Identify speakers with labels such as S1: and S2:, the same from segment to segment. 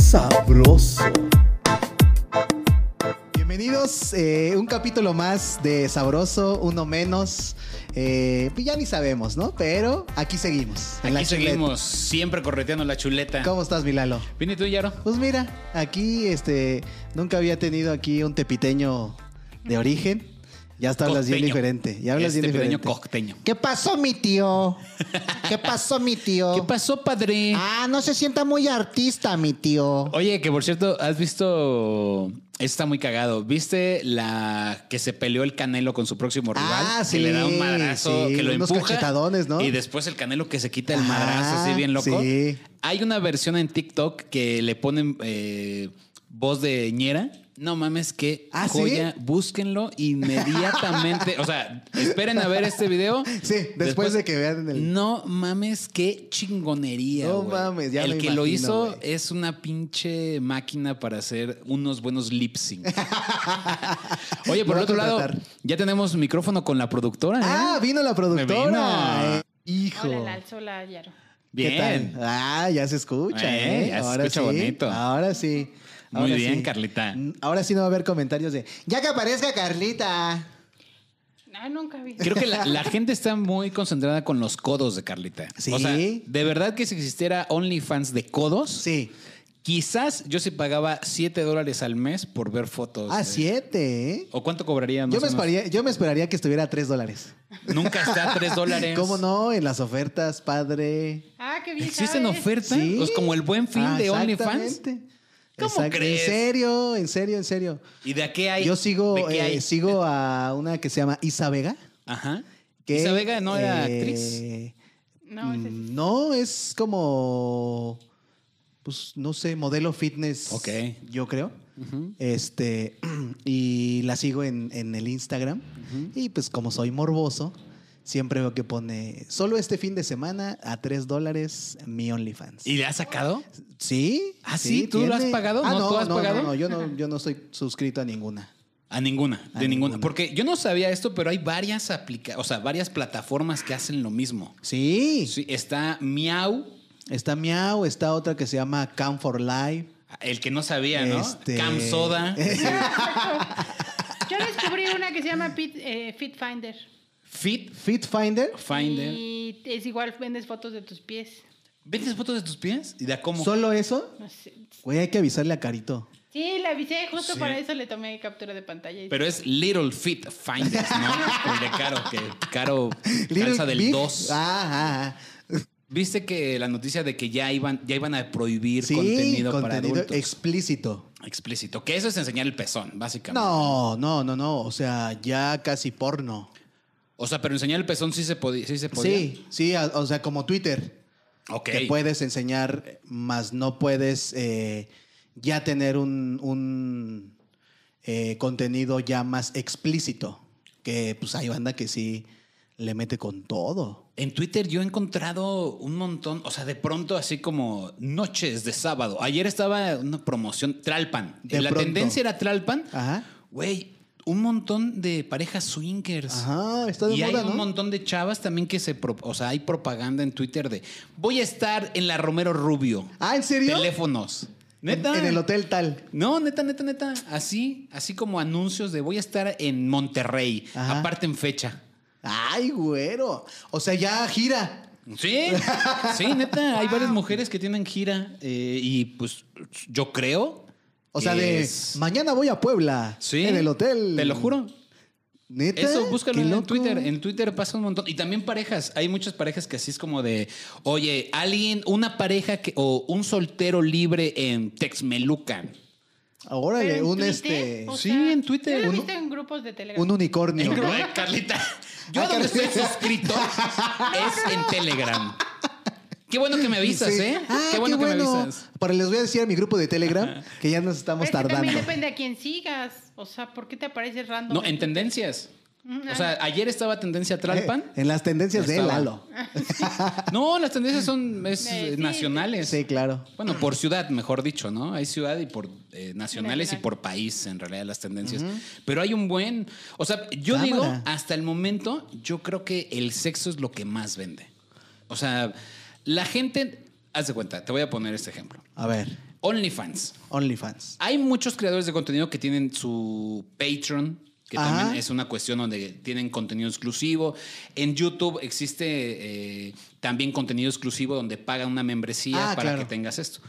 S1: Sabroso. Bienvenidos, eh, un capítulo más de Sabroso, uno menos. Eh, pues ya ni sabemos, ¿no? Pero aquí seguimos. en
S2: Aquí
S1: la chuleta.
S2: seguimos, siempre correteando la chuleta.
S1: ¿Cómo estás, Milalo?
S2: ¿Vine tú, Yaro?
S1: Pues mira, aquí este nunca había tenido aquí un tepiteño de origen. Ya hasta hablas bien
S2: Cocteño.
S1: diferente. Ya hablas
S2: Este
S1: bien
S2: pequeño
S1: diferente.
S2: cocteño.
S1: ¿Qué pasó, mi tío? ¿Qué pasó, mi tío?
S2: ¿Qué pasó, padre?
S1: Ah, no se sienta muy artista, mi tío.
S2: Oye, que por cierto, has visto. Esto está muy cagado. ¿Viste la que se peleó el Canelo con su próximo rival?
S1: Ah,
S2: Que
S1: sí,
S2: le da un madrazo,
S1: sí,
S2: que lo
S1: unos
S2: empuja.
S1: cachetadones, ¿no?
S2: Y después el Canelo que se quita el
S1: Ajá,
S2: madrazo, así bien loco.
S1: sí.
S2: Hay una versión en TikTok que le ponen eh, voz de ñera. No mames, que
S1: ¿Ah, sí?
S2: joya. Búsquenlo inmediatamente. o sea, esperen a ver este video.
S1: Sí, después de que vean el-
S2: No mames, qué chingonería.
S1: No
S2: güey.
S1: mames, ya
S2: El
S1: me
S2: que
S1: imagino,
S2: lo hizo
S1: güey.
S2: es una pinche máquina para hacer unos buenos lip sync. Oye,
S1: Lo voy
S2: por
S1: a
S2: el otro lado,
S1: contratar.
S2: ya tenemos micrófono con la productora. ¿eh?
S1: Ah, vino la productora.
S2: Me vino.
S1: Eh, Hijo.
S3: Hola, Lal, hola, Yaro.
S2: Bien.
S1: ¿Qué tal? Ah, ya se escucha,
S2: Eh,
S1: ¿eh?
S2: ya se
S1: sí,
S2: escucha bonito.
S1: Ahora sí.
S2: Muy
S1: ahora
S2: bien,
S1: sí.
S2: Carlita.
S1: Mm, Ahora sí no va a haber comentarios de ya que aparezca Carlita.
S3: No, nunca vi.
S2: Creo que la, la gente está muy concentrada con los codos de Carlita.
S1: Sí.
S2: O sea, de verdad que si existiera OnlyFans de codos,
S1: Sí.
S2: quizás yo sí pagaba 7 dólares al mes por ver fotos.
S1: Ah,
S2: de-
S1: siete, ¿eh?
S2: ¿O cuánto cobraría
S1: Yo
S2: Pues más o
S1: me,
S2: menos?
S1: esperaría, yo me esperaría que estuviera a 3 dólares.
S2: Nunca está a 3 dólares.
S1: ¿Cómo no? En las ofertas, padre.
S3: Ah, qué bien.
S2: ¿Existen
S3: sabes.
S2: ofertas?
S1: Sí.
S2: Pues como el buen fin
S1: Ah,
S2: de OnlyFans.
S1: exactamente.
S2: ¿Cómo
S1: Exacto.
S2: crees?
S1: En serio, en serio, en serio.
S2: ¿Y de qué hay?
S1: Yo sigo,
S2: ¿De qué
S1: eh,
S2: hay?
S1: sigo a una que se llama Isa Vega.
S2: Ajá.
S1: Que,
S2: ¿Isa Vega no era
S1: eh,
S2: actriz?
S3: No, ese sí.
S1: mm, No, es como, pues no sé, modelo fitness.
S2: Ok.
S1: Yo creo. Este, y la sigo en, en el Instagram. Y pues como soy morboso, siempre veo que pone, solo este fin de semana a 3 dólares mi OnlyFans.
S2: ¿Y le has sacado?
S1: Sí.
S2: ¿Ah, sí? ¿Tú lo has pagado?
S1: Ah,
S2: ¿No?
S1: no,
S2: ¿Tú has
S1: no,
S2: pagado?
S1: no, no, yo no, yo no estoy suscrito a ninguna.
S2: A ninguna,
S1: A
S2: de ninguna.
S1: ninguna.
S2: Porque yo no sabía esto, pero hay varias aplica o sea, varias plataformas que hacen lo mismo.
S1: Sí.
S2: Sí, está Miau,
S1: Está Miau, está otra que se llama Cam for Life.
S2: el que no sabía, ¿no?
S1: Este- eh.
S2: Cam Soda,
S3: Yo descubrí una que se llama Fit, eh, Fit Finder.
S2: Fit
S1: Fit Finder.
S2: Finder.
S3: Y es igual, vendes fotos de tus pies.
S2: ¿Vendes fotos de tus pies? ¿Y de a cómo?
S1: ¿Solo eso?
S3: No sé.
S1: Güey, hay que avisarle a Carito.
S3: Sí, la avisé, justo
S2: Sí.
S3: para eso le tomé captura de pantalla. y-
S2: Pero es Little Fit Finders, ¿no? el de Caro, que Caro calza del
S1: Big.
S2: 2.
S1: Ah, ah, ah.
S2: ¿Viste que la noticia de que ya iban, ya iban a prohibir
S1: Sí,
S2: contenido,
S1: contenido,
S2: para adultos?
S1: explícito.
S2: explícito. Que eso es enseñar el pezón, básicamente.
S1: No, no, no, no. O sea, ya casi porno.
S2: O sea, pero enseñar el pezón sí se podía. Sí, se podía.
S1: Sí, sí, a- o sea, como Twitter.
S2: Ok.
S1: Que puedes enseñar, más no puedes eh, ya tener un, un, eh, contenido ya más explícito. Que pues hay banda que sí le mete con todo.
S2: En Twitter yo he encontrado un montón, o sea, de pronto así como noches de sábado. Ayer estaba una promoción Tralpan.
S1: De
S2: la
S1: pronto. Ah.
S2: tendencia era Tralpan.
S1: Ajá.
S2: Güey, un montón de parejas swingers.
S1: Ajá, está de
S2: y
S1: moda,
S2: hay
S1: ¿no?
S2: un montón de chavas también que se... pro- o sea, hay propaganda en Twitter de voy a estar en la Romero Rubio.
S1: Ah, ¿en serio?
S2: Teléfonos.
S1: En,
S2: Neta.
S1: en el hotel tal.
S2: No, neta, neta, neta. Así, así como anuncios de voy a estar en Monterrey.
S1: Ajá.
S2: Aparte en fecha.
S1: Ay, güero. O sea, ya gira.
S2: Sí, sí, neta. Hay varias mujeres que tienen gira. eh, y pues yo creo.
S1: O sea,
S2: que
S1: de
S2: es-
S1: mañana voy a Puebla.
S2: Sí,
S1: En el hotel.
S2: Te lo juro.
S1: Neta.
S2: Eso, búscalo
S1: Qué
S2: en
S1: loco.
S2: Twitter. En Twitter pasa un montón. Y también parejas. Hay muchas parejas que así es como de, oye, alguien, una pareja que, o un soltero libre en Texmelucan.
S3: Pero
S1: Órale,
S3: en
S1: un
S3: Twitter,
S1: este.
S3: o
S2: sí,
S3: sea,
S2: en Twitter.
S3: Yo lo he
S2: Un-
S3: visto en grupos de Telegram.
S1: Un unicornio.
S2: En- Ay, Carlita, yo
S1: Ah,
S2: donde estoy
S1: Carlita.
S2: suscrito es en Telegram. Qué bueno que me avisas,
S1: Sí.
S2: ¿eh?
S1: Ah,
S2: qué bueno que me avisas.
S1: Pero les voy a decir a mi grupo de Telegram que ya nos
S3: Pero
S1: estamos
S3: es que
S1: tardando.
S3: También depende a quién sigas. O sea, ¿por qué te aparece random?
S2: No, en tendencias.
S3: Mm,
S2: O sea, ayer estaba tendencia Tralpan.
S1: Eh, en las tendencias de
S2: Estaba.
S1: Lalo.
S2: No, las tendencias son es,
S3: Sí.
S2: nacionales.
S1: Sí, claro.
S2: Bueno, por ciudad, mejor dicho, ¿no? Hay ciudad y por eh, nacionales y
S3: Nacional.
S2: por país, en realidad, las tendencias. Pero hay un buen. O sea, yo
S1: Cámara.
S2: digo, hasta el momento, yo creo que el sexo es lo que más vende. O sea, la gente. haz de cuenta, te voy a poner este ejemplo.
S1: A ver,
S2: OnlyFans.
S1: OnlyFans.
S2: Hay muchos creadores de contenido que tienen su Patreon, que
S1: Ajá.
S2: también es una cuestión donde tienen contenido exclusivo. En YouTube existe eh, también contenido exclusivo donde pagan una membresía
S1: Ah,
S2: para
S1: claro.
S2: que tengas esto.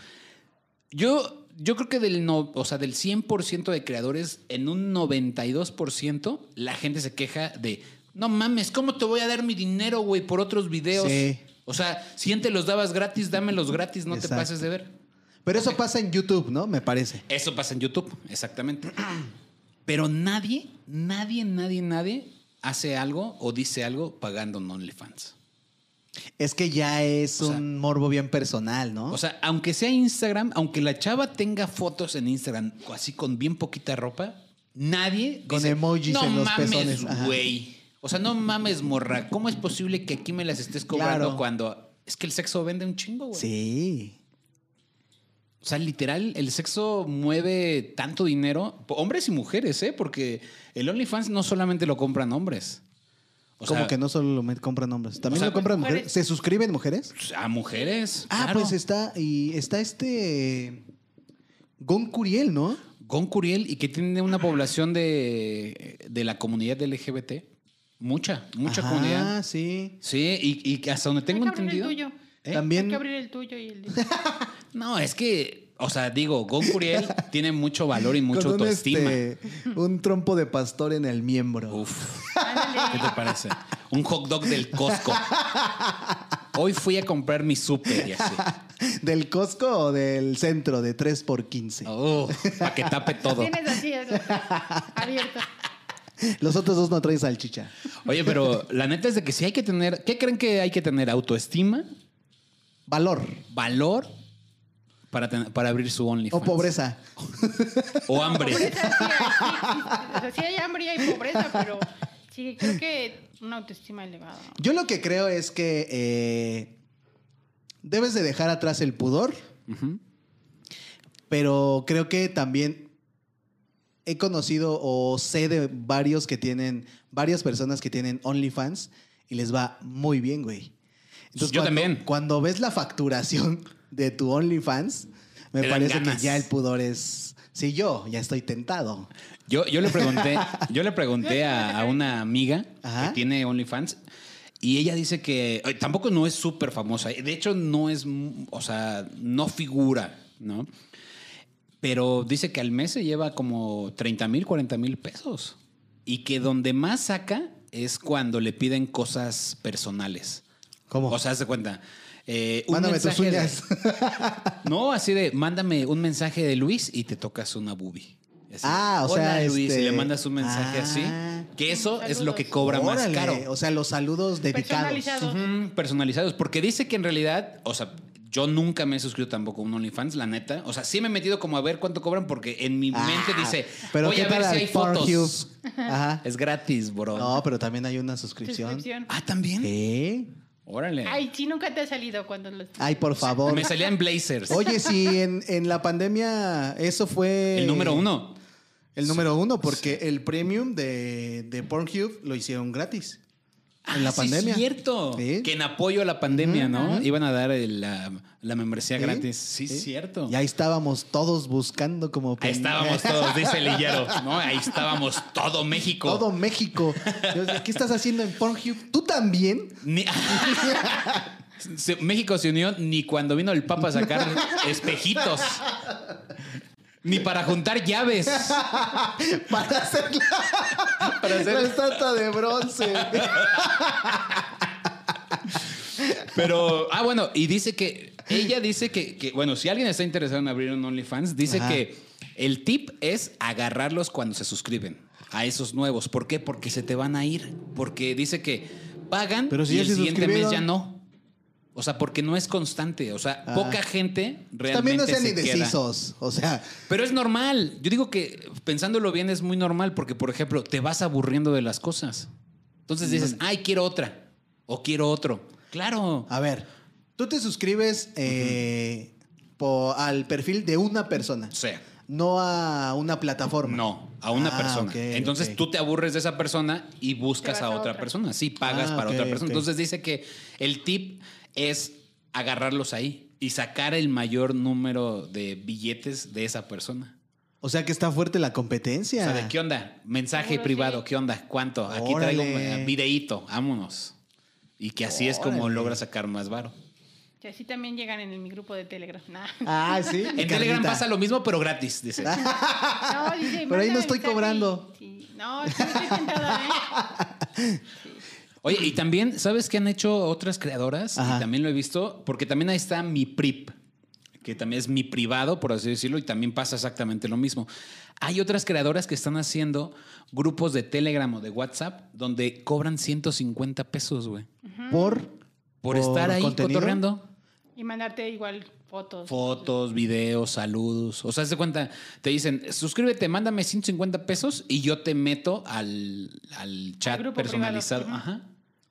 S2: Yo, yo creo que del, no, o sea, del 100% de creadores, en un 92% la gente se queja de, no mames, ¿cómo te voy a dar mi dinero, güey, por otros videos?
S1: Sí.
S2: O sea, si antes los dabas gratis, dámelos gratis, no
S1: Exacto.
S2: te pases de ver.
S1: Pero eso pasa en YouTube, ¿no? Me parece.
S2: Eso pasa en YouTube, exactamente. Pero nadie, nadie, nadie, nadie hace algo o dice algo pagando en OnlyFans.
S1: Es que ya es
S2: O sea-
S1: un morbo bien personal, ¿no?
S2: O sea, aunque sea Instagram, aunque la chava tenga fotos en Instagram así con bien poquita ropa, nadie
S1: Con
S2: dice,
S1: emojis
S2: no
S1: en los
S2: mames,
S1: pezones", ajá.
S2: güey. O sea, no mames, morra. ¿Cómo es posible que aquí me las estés cobrando
S1: Claro.
S2: cuando es que el sexo vende un chingo, güey?
S1: sí.
S2: O sea, literal, el sexo mueve tanto dinero, po- hombres y mujeres, ¿eh? Porque el OnlyFans no solamente lo compran hombres. O
S1: Como
S2: sea,
S1: que no solo lo met- compran hombres. ¿También
S2: o sea,
S1: lo compran
S3: mujeres.
S1: mujeres? ¿Se suscriben mujeres?
S2: A mujeres.
S1: Ah,
S2: claro.
S1: pues está. Y está este. Gon Curiel, ¿no?
S2: Gon Curiel y que tiene una población de, de la comunidad LGBT. Mucha, mucha
S1: Ajá,
S2: comunidad.
S1: sí.
S2: Sí, y, y que hasta donde tengo
S3: Hay que abrir
S2: entendido.
S3: el tuyo.
S2: ¿Eh?
S1: También.
S3: Hay que abrir el tuyo y el de-
S2: No, es que, o sea, digo, Gon Curiel tiene mucho valor y mucha
S1: con un,
S2: autoestima.
S1: este, un trompo de pastor en el miembro.
S2: Uf. ¿Qué
S3: Ándale.
S2: te parece? Un hot dog del Costco. Hoy fui a comprar mi súper y así.
S1: ¿Del Costco o del centro de 3x15?
S2: para que tape todo.
S3: Tienes así, es abierto.
S1: Los otros dos no traen salchicha.
S2: Oye, pero la neta es de que sí hay que tener. ¿Qué creen que hay que tener? Autoestima,
S1: Valor
S2: valor para, ten- para abrir su OnlyFans.
S1: o pobreza.
S2: O hambre.
S3: Pobreza, sí, hay, sí, o sea, sí hay hambre y hay pobreza, pero sí, creo que una autoestima elevada.
S1: Yo lo que creo es que eh, debes de dejar atrás el pudor, pero creo que también he conocido o sé de varios que tienen, varias personas que tienen OnlyFans y les va muy bien, güey.
S2: Yo
S1: cuando,
S2: también.
S1: Cuando ves la facturación de tu OnlyFans, me
S2: Te dan
S1: parece
S2: ganas.
S1: que ya el pudor es... Sí, yo ya estoy tentado.
S2: Yo, yo le pregunté, yo le pregunté a, a una amiga
S1: Ajá.
S2: que tiene OnlyFans y ella dice que ay, tampoco no es súper famosa. eh, De hecho, no es, m- o sea, no figura, ¿no? Pero dice que al mes se lleva como 30 mil, 40 mil pesos. Y que donde más saca es cuando le piden cosas personales.
S1: ¿Cómo?
S2: O sea, haz de cuenta. eh, un
S1: Mándame tus
S2: mensaje de-
S1: uñas.
S2: no, así de, mándame un mensaje de Luis y te tocas una boobie. Así,
S1: Ah, o
S2: "Hola,
S1: sea,
S2: Luis,
S1: este-
S2: y le mandas un mensaje
S1: Ah.
S2: así. Que eso es
S3: Saludos.
S2: lo que cobra
S1: Órale,
S2: más caro.
S1: O sea, los saludos dedicados.
S3: Personalizado.
S2: Ujú, personalizados. Porque dice que en realidad, o sea, yo nunca me he suscrito tampoco a un OnlyFans, la neta. O sea, sí me he metido como a ver cuánto cobran porque en mi
S1: Ah,
S2: mente dice,
S1: pero
S2: voy
S1: ¿qué
S2: a ver
S1: tal
S2: si
S1: al
S2: hay fotos.
S1: Pornhub? Ajá.
S2: Es gratis, bro.
S1: No, pero también hay una suscripción.
S3: Suscripción.
S2: Ah, ¿también?
S1: ¿Qué?
S2: Órale.
S3: Ay, sí, nunca te ha salido cuando lo
S1: Ay, por favor.
S2: Me salía en Blazers.
S1: Oye, si en, en la pandemia eso fue...
S2: El número uno.
S1: El número uno, porque el premium de, de Pornhub lo hicieron gratis. En la
S2: Ah, sí,
S1: pandemia.
S2: cierto.
S1: Sí.
S2: Que en apoyo a la pandemia,
S1: Ujú,
S2: ¿no?
S1: ajá.
S2: Iban a dar el, la, la membresía
S1: Sí,
S2: gratis. Sí,
S1: sí.
S2: cierto.
S1: Y ahí estábamos todos buscando como...
S2: Ahí estábamos todos, dice Lillero, ¿no? Ahí estábamos todo México.
S1: Todo México. Yo decía, ¿Qué estás haciendo en Pornhub? ¿Tú también?
S2: Ni- Se- México se unió ni cuando vino el Papa a sacar espejitos. Ni para juntar llaves.
S1: Para hacer la, la estatua de bronce.
S2: Pero, ah, bueno, y dice que, ella dice que, que, bueno, si alguien está interesado en abrir un OnlyFans, dice
S1: Ajá.
S2: que el tip es agarrarlos cuando se suscriben a esos nuevos. ¿Por qué? Porque se te van a ir. Porque dice que pagan
S1: Pero si
S2: y
S1: ya
S2: el
S1: se
S2: siguiente mes
S1: suscribieron.
S2: ya no. O sea, porque no es constante. O sea,
S1: Ah. Pues
S2: poca gente realmente
S1: También no sean
S2: se queda.
S1: indecisos. O sea,
S2: Pero es normal. Yo digo que pensándolo bien es muy normal porque, por ejemplo, te vas aburriendo de las cosas. Entonces dices, ay, quiero otra. O quiero otro. Claro.
S1: a ver, tú te suscribes eh, po- al perfil de una persona,
S2: O sea,
S1: no a una plataforma.
S2: no, a una
S1: Ah,
S2: persona.
S1: ok,
S2: Entonces
S1: ok.
S2: tú te aburres de esa persona y buscas
S3: Te
S2: a
S3: vas a
S2: otra
S3: otra.
S2: persona. Sí, pagas
S1: Ah,
S2: para
S1: ok,
S2: otra persona.
S1: ok.
S2: Entonces dice que el tip es agarrarlos ahí. y sacar el mayor número de billetes de esa persona.
S1: O sea que está fuerte la
S2: O
S1: competencia.
S2: sea, de qué onda, mensaje
S3: Seguro
S2: privado,
S3: sí.
S2: qué onda, cuánto, aquí
S1: Órale.
S2: traigo un eh, videíto, vámonos. Y que así es como
S1: Órale.
S2: logra sacar más varo.
S3: Y así también llegan en mi grupo de Telegram. Nah.
S1: Ah, sí.
S2: En Telegram pasa lo mismo, pero gratis, dice.
S3: No, dice,
S1: Ah. Pero ahí no
S3: "Mándame
S1: estoy
S3: mensaje".
S1: cobrando.
S3: Sí, No, sí, estoy tentada, ¿eh?
S2: Oye, y también, ¿sabes qué han hecho otras creadoras?
S1: Ajá.
S2: Y también lo he visto, porque también ahí está mi PRIP, que también es mi privado, por así decirlo, y también pasa exactamente lo mismo. Hay otras creadoras que están haciendo grupos de Telegram o de WhatsApp donde cobran 150 pesos, güey.
S1: Por,
S2: Por, estar ahí
S1: contenido.
S2: cotorreando.
S3: Y mandarte igual fotos.
S2: Fotos, videos, saludos. O sea, haz de cuenta, te dicen, suscríbete, mándame 150 pesos y yo te meto al, al chat
S3: grupo
S2: personalizado.
S3: privado.
S2: Ajá.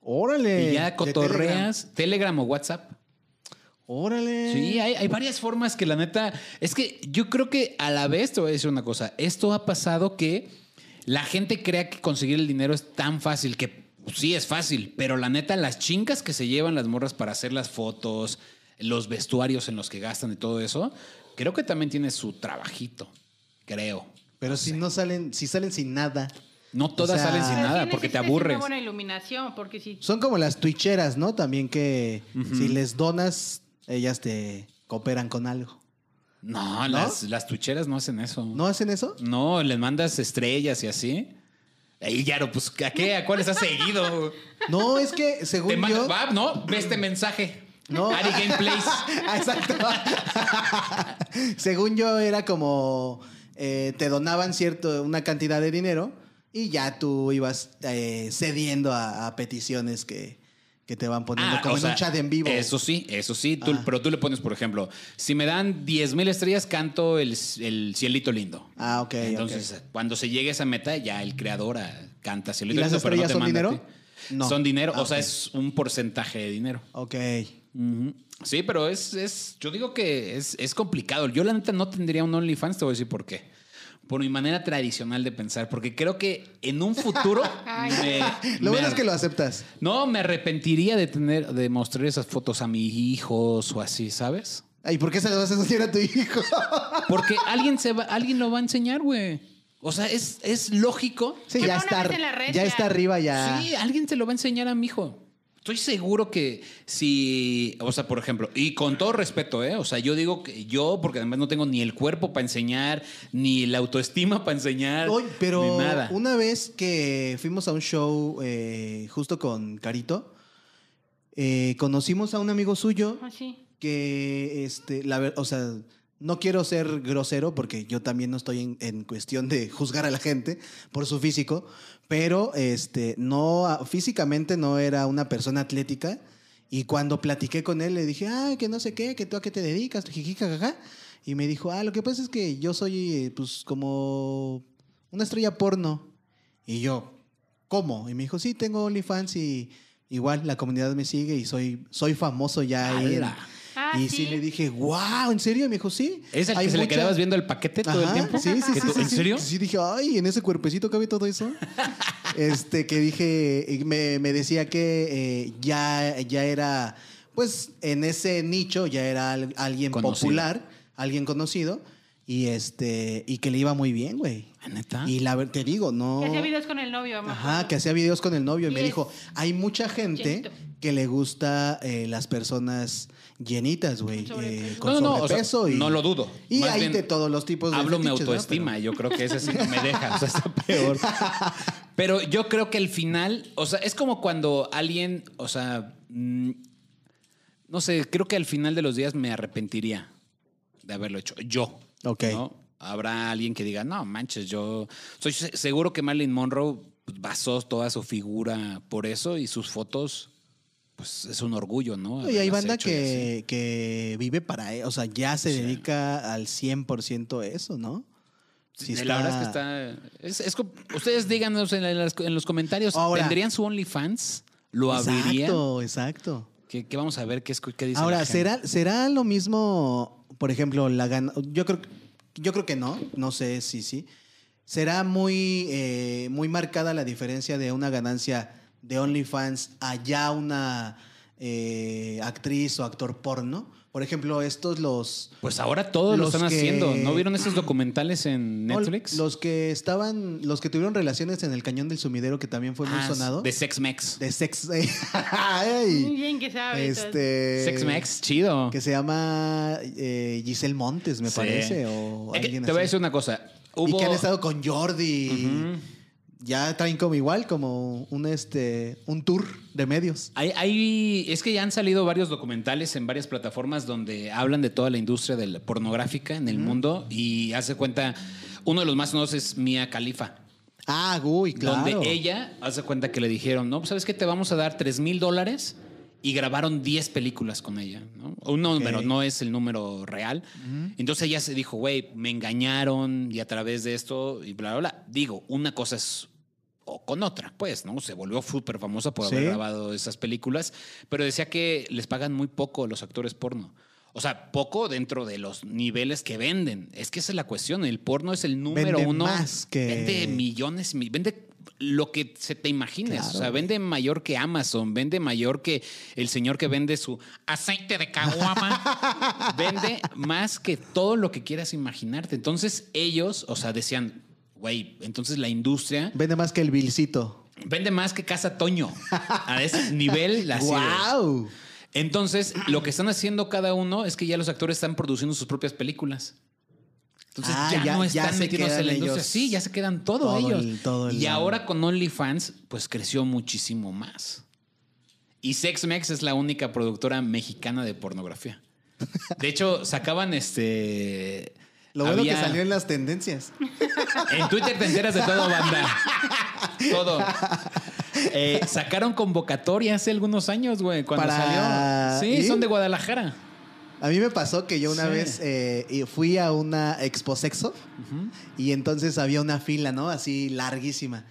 S1: Órale.
S2: Y
S1: de Telegram.
S2: ya cotorreas Eh, Telegram. o WhatsApp.
S1: Órale.
S2: Sí, hay, hay varias formas que la neta. Es que yo creo que a la vez te voy a decir una cosa. Esto ha pasado que la gente crea que conseguir el dinero es tan fácil, que pues, sí es fácil, pero la neta, las chincas que se llevan las morras para hacer las fotos, los vestuarios en los que gastan y todo eso, creo que también tiene su trabajito. Creo.
S1: Pero si no salen, si salen sin nada.
S2: No todas
S1: sea-
S2: salen sin
S1: Pero
S2: nada
S3: sí
S2: porque te
S3: necesitas
S2: aburres.
S3: Una buena iluminación, porque si
S1: Son como las twitcheras, ¿no? También que si les donas, ellas te cooperan con algo.
S2: No, Las, las tucheras no hacen eso.
S1: ¿No hacen eso?
S2: No, les mandas estrellas y así. Y Yaro, pues, ¿a qué? ¿A cuáles has seguido?
S1: No, es que
S2: Te
S1: según
S2: manda,
S1: yo.
S2: va, ¿no? Ve este mensaje.
S1: No.
S2: Ari Gameplays.
S1: Ah, Exacto. Según yo era como eh, te donaban cierto una cantidad de dinero y ya tú ibas eh, cediendo a, a peticiones que, que te van poniendo
S2: Ah,
S1: como
S2: o
S1: en
S2: sea,
S1: un chat en vivo.
S2: Eso sí, eso sí. Tú-
S1: Ah.
S2: Pero tú le pones, por ejemplo, si me dan 10 mil estrellas, canto el, el cielito lindo.
S1: Ah, ok.
S2: Entonces, cuando se llegue a esa meta, ya el creador ah, canta
S1: ok. ¿Y
S2: cielito
S1: las
S2: lindo, pero no
S1: estrellas
S2: te
S1: son
S2: manda a
S1: dinero?
S2: ti.
S1: No.
S2: Son dinero,
S1: Ah,
S2: o sea,
S1: ok.
S2: es un porcentaje de dinero.
S1: Ok.
S2: Ujú. Sí, pero es, es, yo digo que es, es complicado. Yo la neta no tendría un OnlyFans, te voy a decir por qué. Por mi manera tradicional de pensar, porque creo que en un futuro...
S3: Ay.
S2: me-
S1: Lo
S2: me
S1: bueno es
S2: ar-
S1: que lo aceptas.
S2: No, me arrepentiría de tener, de mostrar esas fotos a mis hijos o así, ¿sabes?
S1: ¿Y por qué se lo vas a enseñar a tu hijo?
S2: Porque alguien se va, alguien lo va a enseñar, güey. O sea, es, es lógico.
S1: Sí,
S3: Que
S1: ya
S3: pongan
S1: está,
S3: en la red,
S1: ya
S3: ya.
S1: está arriba, ya.
S2: Sí, alguien te lo va a enseñar a mi hijo. Estoy seguro que si, o sea, por ejemplo, y con todo respeto, ¿eh? O sea, yo digo que yo, porque además no tengo ni el cuerpo para enseñar, ni la autoestima para enseñar,
S1: Oye, pero
S2: ni nada.
S1: una vez que fuimos a un show eh, justo con Carito, eh, conocimos a un amigo suyo
S3: así.
S1: que, este, la ver- o sea, no quiero ser grosero porque yo también no estoy en, en cuestión de juzgar a la gente por su físico, pero este, no, ah, físicamente no era una persona atlética. Y cuando platiqué con él, le dije, ah, que no sé qué, que tú a qué te dedicas, jiji, jajaja. Y me dijo, ah, lo que pasa es que yo soy, eh, pues, como una estrella porno. Y yo, ¿cómo? Y me dijo, sí, tengo OnlyFans y igual la comunidad me sigue y soy, soy famoso ya. ahí en-
S2: ¡Hala!
S3: Ah,
S1: y sí.
S3: sí.
S1: le dije, wow, ¿en serio? Y me dijo, sí.
S2: ¿Es el que
S1: hay
S2: se le
S1: mucha-
S2: quedabas viendo el paquete todo el
S1: Ajá,
S2: tiempo?
S1: Sí, sí,
S2: Que
S1: sí,
S2: tú-
S1: sí,
S2: ¿En
S1: sí.
S2: serio?
S1: Sí, dije, ay, en ese cuerpecito cabe todo eso. este, que dije, y me, me decía que eh, ya, ya era, pues en ese nicho ya era al- alguien
S2: Conocido.
S1: popular, alguien conocido, y este, y que le iba muy bien, güey.
S2: ¿Ah, ¿Neta?
S1: Y la ver- te digo, no.
S3: Que hacía videos con el novio, mamá.
S1: Ajá, que hacía videos con el novio y me
S3: Y es
S1: dijo, hay mucha gente
S3: llenito.
S1: que le gusta eh, las personas llenitas, güey,
S3: Con sobrepeso.
S1: eh,
S2: No,
S1: con
S2: no, no, o sea,
S1: sobrepeso y-
S2: no lo dudo.
S1: Y
S2: Más
S1: hay
S2: bien,
S1: de todos los tipos de
S2: Hablo mi
S1: fetiches, ¿no?
S2: autoestima, yo creo que ese sí no me deja, o sea, está peor. Pero yo creo que al final, o sea, es como cuando alguien, o sea, mm, no sé, creo que al final de los días me arrepentiría de haberlo hecho. Yo.
S1: Pero- Ok.
S2: ¿no? Habrá alguien que diga, no manches, yo soy se- seguro que Marilyn Monroe pues, basó toda su figura por eso y sus fotos, pues es un orgullo, ¿no?
S1: Y hay
S2: Haberlas
S1: banda
S2: hecho y así.
S1: que, que vive para eso, o sea, ya se
S2: Sí.
S1: dedica al 100% eso, ¿no? Sí
S2: Eh, la verdad es que está. es- es com- ustedes díganos en, las- en los comentarios:
S1: Ahora.
S2: ¿tendrían su OnlyFans? ¿Lo abrirían?
S1: Exacto, exacto.
S2: ¿Qué, qué vamos a ver? ¿Qué, es- qué dice? la
S1: Ahora,
S2: gente?
S1: ¿será, ¿será lo mismo, por ejemplo, la gana? Yo creo, yo creo que no, no sé si sí. ¿Será muy, eh, muy marcada la diferencia de una ganancia de OnlyFans allá una eh, actriz o actor porno. Por ejemplo, estos los...
S2: Pues ahora todos lo
S1: Los
S2: están
S1: que-
S2: haciendo. ¿No vieron esos documentales en Netflix?
S1: Los que estaban, los que tuvieron relaciones en el cañón del sumidero, que también fue muy
S2: Ah,
S1: sonado.
S2: De Sex Mex.
S1: de sex...
S3: Muy
S1: ¡Ay!
S3: bien que sabes.
S1: este...
S2: Sex Mex, chido.
S1: Que se llama eh, Giselle Montes, me
S2: Ah. Sí.
S1: parece. O
S2: Es que
S1: alguien
S2: te voy a
S1: así.
S2: decir una cosa.
S1: Y
S2: Hubo...
S1: que han estado con Jordi.
S2: Ujú.
S1: Ya traen como igual, como un este un tour de medios.
S2: Hay, hay- es que ya han salido varios documentales en varias plataformas donde hablan de toda la industria de la pornográfica en el mundo y hace cuenta, uno de los más sonados es Mia Khalifa,
S1: Ah, uy, claro.
S2: donde ella hace cuenta que le dijeron, no, pues, sabes que te vamos a dar 3 mil dólares y grabaron 10 películas con ella, ¿no? Un número,
S1: Ok.
S2: no es el número real. Entonces ella se dijo, güey, me engañaron y a través de esto y bla, bla, bla. Digo, una cosa es o con otra, pues, ¿no? Se volvió súper famosa por haber
S1: Sí.
S2: grabado esas películas, pero decía que les pagan muy poco a los actores porno. O sea, poco dentro de los niveles que venden. Es que esa es la cuestión. El porno es el número
S1: Vende
S2: uno.
S1: más que-
S2: Vende millones, mi- vende lo que se te imagines.
S1: Claro.
S2: O sea, vende mayor que Amazon, vende mayor que el señor que vende su aceite de caguama. vende más que todo lo que quieras imaginarte. Entonces ellos, o sea, decían, güey, entonces la industria
S1: Vende más que el Vilcito.
S2: vende más que Casa Toño. A ese nivel, la sigue.
S1: ¡Guau!
S2: Entonces, lo que están haciendo cada uno es que ya los actores están produciendo sus propias películas. Entonces
S1: Ah,
S2: ya,
S1: ya-
S2: no
S1: ya
S2: están
S1: se
S2: metiéndose en la
S1: quedan
S2: industria.
S1: ellos-
S2: Sí, ya se quedan todo,
S1: todo
S2: ellos.
S1: el- todo el-
S2: y ahora con OnlyFans, pues creció muchísimo más. Y Sexmex es la única productora mexicana de pornografía. De hecho, sacaban este.
S1: Lo bueno
S2: había-
S1: que salió en las tendencias.
S2: en Twitter te enteras de todo, banda. Todo. Eh, sacaron convocatoria hace algunos años, güey, cuando
S1: Para
S2: salió. Sí,
S1: ir.
S2: son de Guadalajara.
S1: A mí me pasó que yo una
S2: Sí.
S1: vez eh, y fui a una expo sexo y entonces había una fila, ¿no? Así larguísima.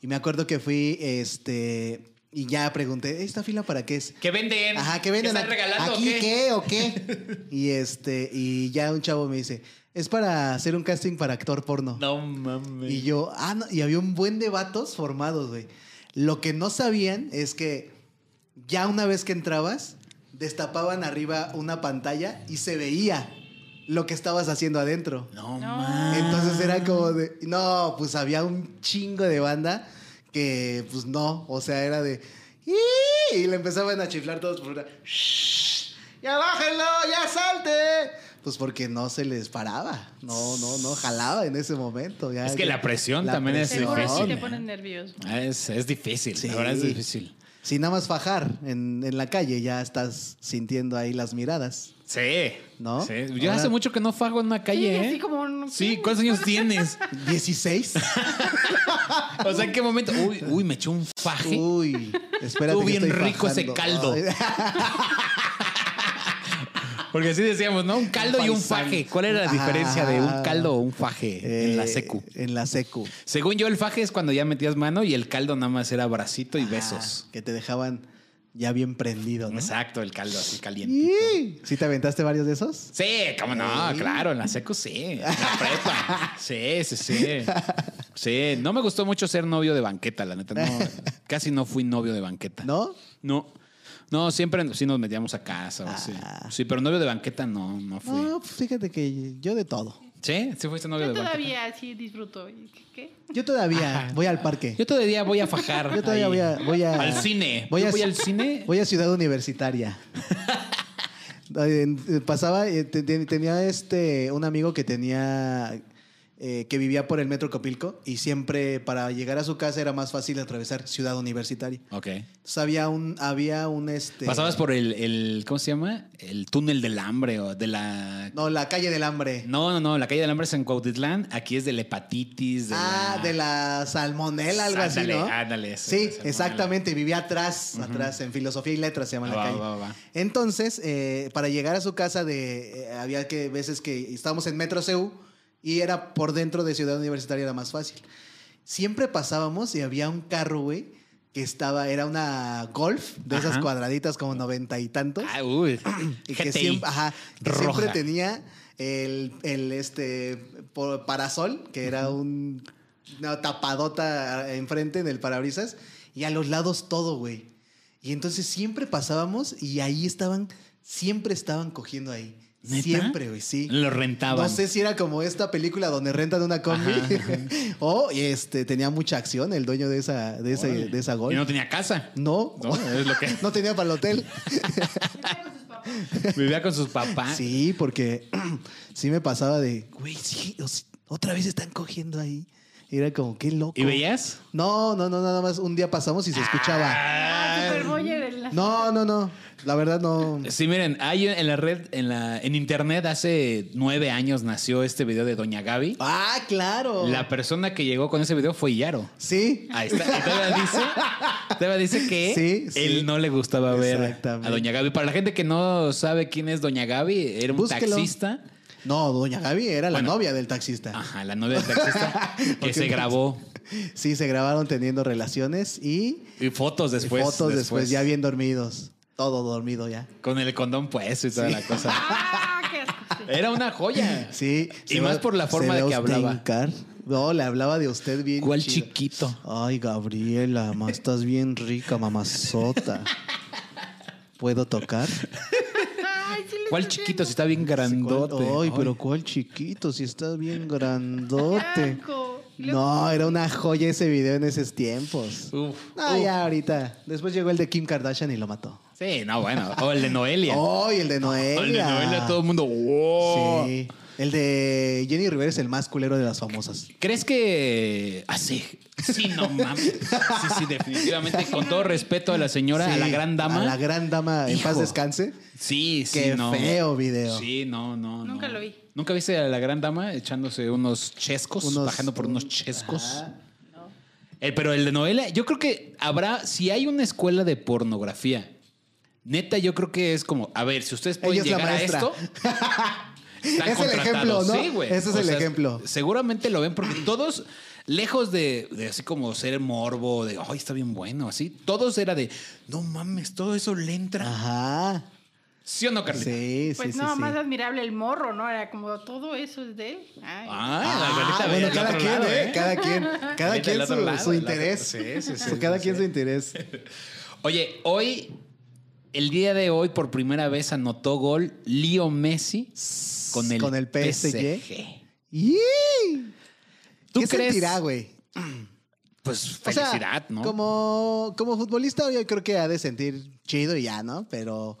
S1: Y me acuerdo que fui, este, y ya pregunté, ¿esta fila para qué es?
S2: ¿Qué venden?
S1: Ajá, ¿qué venden?
S2: ¿Están
S1: ac-
S2: regalando o
S1: ¿Aquí
S2: qué?
S1: qué o qué? y este, y ya un chavo me dice, es para hacer un casting para actor porno.
S2: No mames.
S1: Y yo, ah, no, y había un buen de vatos formados, güey. Lo que no sabían es que ya una vez que entrabas, destapaban arriba una pantalla y se veía lo que estabas haciendo adentro.
S2: No,
S3: No.
S2: mames.
S1: Entonces era
S2: Ah.
S1: como de, no, pues había un chingo de banda que, pues no, o sea, era de, "¡Ih!", y le empezaban a chiflar todos por una, "Shh, ya bájenlo, ya salte. Pues porque no se les paraba, no, no, no, jalaba en ese momento. ya-
S2: Es que la presión
S1: la
S2: también es
S1: presión.
S3: Seguro sí
S2: difícil.
S3: te
S2: ¿eh?
S3: ponen nervioso.
S2: Es, es difícil,
S1: Sí.
S2: la verdad es difícil.
S1: Si nada más fajar en, en la calle, ya estás sintiendo ahí las miradas.
S2: Sí.
S1: ¿No?
S2: Sí. Yo
S1: Ahora-
S2: hace mucho que no fago en una calle,
S3: Sí,
S2: ¿eh?
S3: así como no-
S2: Sí, ¿cuántos años tienes?
S1: 16.
S2: O sea, ¿en qué momento? Uy, uy, me echó un faje.
S1: Uy, espérate.
S2: Estuvo
S1: que
S2: bien
S1: estoy
S2: rico ese
S1: fajando.
S2: caldo. Porque así decíamos, ¿no? Un caldo y un
S1: faisán.
S2: faje. ¿Cuál era la diferencia de un
S1: Ajá.
S2: caldo o un faje en la
S1: Ah. Eh,
S2: secu?
S1: En la secu.
S2: Según yo, el faje es cuando ya metías mano y el caldo nada más era bracito y besos.
S1: Ah, que te dejaban ya bien prendido, ¿no?
S2: Exacto, el caldo así caliente.
S1: Sí. ¿Sí te aventaste varios de esos?
S2: Sí, cómo no,
S1: Sí.
S2: claro, en la secu sí, en la prepa. Sí, sí, sí. Sí, no me gustó mucho ser novio de banqueta, la neta. No, casi no fui novio de banqueta.
S1: ¿No?
S2: No. No, siempre sí nos metíamos a casa. o sí.
S1: Ah.
S2: sí, pero novio de banqueta no, no fui.
S1: No, pues fíjate que yo de todo.
S2: ¿Sí? ¿Sí fuiste novio
S3: Yo
S2: de banqueta?
S3: todavía sí disfruto. ¿Y ¿Qué?
S1: Yo todavía voy al parque.
S2: Yo todavía voy a fajar.
S1: Yo todavía
S2: ahí.
S1: voy a, voy a-
S2: Al cine.
S1: Voy,
S2: Yo
S1: a,
S2: voy al cine.
S1: Voy a Ciudad Universitaria. En- Pasaba, eh, te- te- tenía este un amigo que tenía eh, que vivía por el metro Copilco y siempre para llegar a su casa era más fácil atravesar Ciudad Universitaria.
S2: Ok.
S1: Entonces había un, había un este.
S2: Pasabas por el, el- ¿cómo se llama? El túnel del hambre o de la...
S1: No, la calle del hambre.
S2: No, no, no, la calle del hambre es en Cuautitlán. Aquí es de la hepatitis. De
S1: ah,
S2: la...
S1: de la salmonela, algo así,
S2: Ándale,
S1: ¿no?
S2: ándale, sí, la
S1: Sí,
S2: salmonela.
S1: exactamente. Vivía atrás, atrás, en filosofía y letras se llama la
S2: Ah, Va,
S1: calle.
S2: va, va.
S1: Entonces, eh, para llegar a su casa, de, eh, había que veces que estábamos en Metro CU y era por dentro de Ciudad Universitaria, era más fácil. Siempre pasábamos y había un carro, güey, que estaba, era una golf de esas
S2: Ajá.
S1: cuadraditas como noventa y tantos.
S2: Ah, uy.
S1: Y que
S2: GTI.
S1: siempre, ajá, que
S2: Roja.
S1: siempre tenía el, el, este por- parasol, que era un- una tapadota enfrente en el parabrisas, y a los lados todo, güey. Y entonces siempre pasábamos y ahí estaban, siempre estaban cogiendo ahí.
S2: ¿Neta?
S1: Siempre, güey, sí.
S2: Lo rentaban.
S1: No sé si era como esta película donde rentan una combi
S2: Ajá, ajá.
S1: o este, tenía mucha acción el dueño de esa, de ese,
S2: Órale.
S1: de esa gol.
S2: Y no
S1: No,
S2: tenía casa.
S1: no,
S2: No, es lo que-
S1: tenía para el hotel.
S2: Vivía con sus papás.
S1: Sí, porque sí me pasaba de, güey, sí, o sea, otra vez están cogiendo ahí. Era como, qué loco.
S2: ¿Y veías?
S1: No, no, no, nada más. Un día pasamos y se escuchaba.
S3: Ah, Superboyer en la-
S1: No, no, no. La verdad no.
S2: Sí, miren, hay en la red, en la, en internet hace nueve años nació este video de Doña Gaby.
S1: Ah, claro.
S2: La persona que llegó con ese video fue Yaro.
S1: Sí.
S2: Ahí está. Y Todavía dice, todavía dice que
S1: Sí, sí.
S2: él no le gustaba ver a
S1: Exactamente.
S2: Doña Gaby. Para la gente que no sabe quién es Doña Gaby, era un
S1: Búsquelo.
S2: taxista.
S1: No, doña Gaby era la
S2: Bueno. Ah.
S1: novia del taxista.
S2: Ajá, la novia del taxista que
S1: Porque
S2: se
S1: un-
S2: grabó.
S1: Sí, se grabaron teniendo relaciones y
S2: Y fotos después.
S1: fotos después. ya bien dormidos. Todo dormido ya.
S2: Con el condón puesto y toda la cosa.
S3: Ah, qué asco.
S1: Eh,
S3: sí.
S2: Era una joya.
S1: Sí.
S2: Y
S1: se
S2: más
S1: va-
S2: por la
S1: se
S2: forma
S1: va
S2: de que
S1: a
S2: hablaba.
S1: ostentar. No, le hablaba de usted bien.
S2: ¿Cuál
S1: chido.
S2: chiquito?
S1: Ay, Gabriela, ma, estás bien rica, mamazota. ¿Puedo tocar?
S3: Ay, sí les
S2: ¿Cuál
S3: hacemos.
S2: chiquito? Si está bien grandote.
S1: Ay, pero cuál chiquito, si está bien grandote.
S3: Blanco. Y luego-
S1: No, era una joya ese video en esos tiempos.
S2: Uf,
S1: No,
S2: uf.
S1: ya ahorita. Después llegó el de Kim Kardashian y lo mató.
S2: Sí, no, bueno. O el de Noelia.
S1: Oh, y el de
S2: O
S1: Noelia.
S2: Ah, el de Noelia, todo el mundo. wow.
S1: Sí. El de Jenny Rivera es el más culero de las famosas.
S2: ¿Crees que así? sí, no mames. Sí, sí, definitivamente. Con todo respeto a la señora, a la
S1: Sí,
S2: gran dama.
S1: A la gran dama, en
S2: Hijo.
S1: paz descanse.
S2: Sí, sí,
S1: Qué
S2: no.
S1: feo video.
S2: Sí, no, no.
S3: Nunca
S2: no.
S3: lo vi.
S2: ¿Nunca viste a la gran dama echándose unos chescos,
S1: Unos-
S2: bajando por unos
S1: un-
S2: chescos?
S1: Ajá.
S2: Eh, pero el de novela, yo creo que habrá, si hay una escuela de pornografía, neta, yo creo que es como, a ver, si ustedes pueden
S1: Ella es la
S2: llegar a
S1: maestra.
S2: esto. están
S1: Es el ejemplo,
S2: contratados.
S1: ¿no?
S2: Sí, güey.
S1: Ese es
S2: O
S1: el
S2: sea,
S1: ejemplo.
S2: Seguramente lo ven porque todos, lejos de, de así como ser morbo, de, ay, está bien bueno, así, todos era de, no mames, todo eso le entra.
S1: Ajá.
S2: ¿Sí o no, Carlita?
S1: Ah, Sí, sí,
S3: Pues
S1: sí.
S3: no,
S1: sí.
S3: más admirable el morro, ¿no? Era como todo eso es de él. Ay.
S2: Ah, la
S1: Ah,
S2: Carlita
S1: bueno,
S2: del
S1: cada
S2: otro
S1: quien,
S2: lado,
S1: ¿eh? Cada quien, cada
S2: Del
S1: quien
S2: otro
S1: su,
S2: lado,
S1: su
S2: del otro-
S1: interés.
S2: sí, sí, sí,
S1: Su- cada
S2: sí,
S1: quien
S2: sí.
S1: su interés.
S2: Oye, hoy, el día de hoy, por primera vez anotó gol Leo Messi con el,
S1: Con el PSG.
S2: PSG.
S1: ¡Yee!
S2: ¿Tú
S1: ¿Qué
S2: crees?
S1: sentirá, güey?
S2: Pues
S1: O sea,
S2: felicidad, ¿no?
S1: Como, como futbolista, yo creo que ha de sentir chido y ya, ¿no? Pero,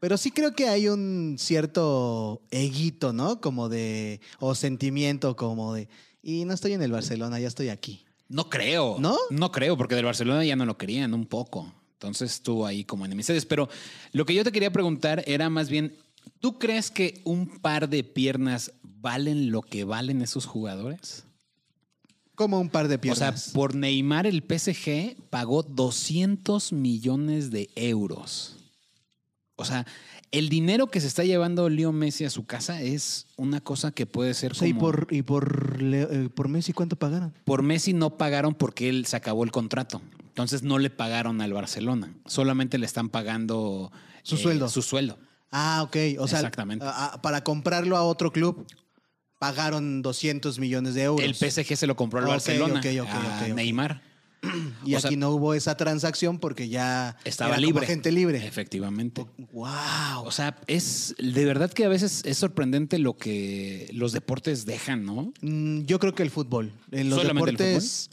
S1: pero sí creo que hay un cierto eguito, ¿no? Como de. O sentimiento como de. Y no estoy en el Barcelona, ya estoy aquí.
S2: No creo.
S1: ¿No?
S2: No creo, porque del Barcelona ya no lo querían un poco. Entonces estuvo ahí como enemistades. Pero lo que yo te quería preguntar era más bien, ¿tú crees que un par de piernas valen lo que valen esos jugadores?
S1: Como un par de
S2: O
S1: piernas.
S2: sea, por Neymar el PSG pagó 200 millones de euros. O sea, el dinero que se está llevando Leo Messi a su casa es una cosa que puede ser
S1: O sea, ¿y
S2: como-
S1: por, y por, Le- eh, por Messi cuánto pagaron?
S2: por Messi no pagaron porque él se acabó el contrato. Entonces no le pagaron al Barcelona. Solamente le están pagando eh,
S1: Su sueldo.
S2: Su sueldo.
S1: Ah, ok. O sea,
S2: Exactamente.
S1: a- a- para comprarlo a otro club, pagaron 200 millones de euros.
S2: El PSG se lo compró al
S1: Ok,
S2: Barcelona.
S1: ok, ok,
S2: a
S1: ok, ok.
S2: Neymar.
S1: Y
S2: o
S1: aquí
S2: sea-
S1: no hubo esa transacción porque ya
S2: Estaba
S1: era como
S2: libre.
S1: gente libre.
S2: Efectivamente.
S1: Wow.
S2: O sea, es de verdad que a veces es sorprendente lo que los deportes dejan, ¿no?
S1: Mm, yo creo que el fútbol. En los
S2: ¿Solamente el
S1: deportes.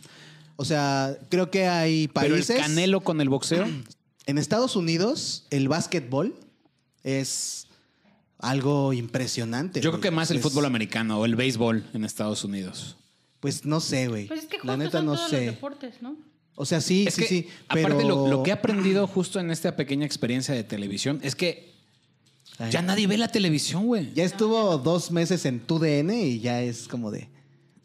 S1: O sea, creo que hay
S2: Pero
S1: países.
S2: el canelo con el boxeo,
S1: En Estados Unidos, el básquetbol es algo impresionante.
S2: yo creo
S1: güey.
S2: que más el
S1: Es-
S2: fútbol americano o el béisbol en Estados Unidos.
S1: Pues no sé, güey.
S3: Pues es que
S1: La
S3: justo
S1: neta
S3: son
S1: no
S3: todos
S1: sé.
S3: los deportes, ¿no?
S1: O sea, sí,
S2: es
S1: sí,
S2: que,
S1: sí.
S2: aparte,
S1: pero-
S2: lo, lo que he aprendido justo en esta pequeña experiencia de televisión es que
S1: Ay.
S2: ya nadie ve la televisión, güey.
S1: Ya estuvo dos meses en tu DN y ya es como de.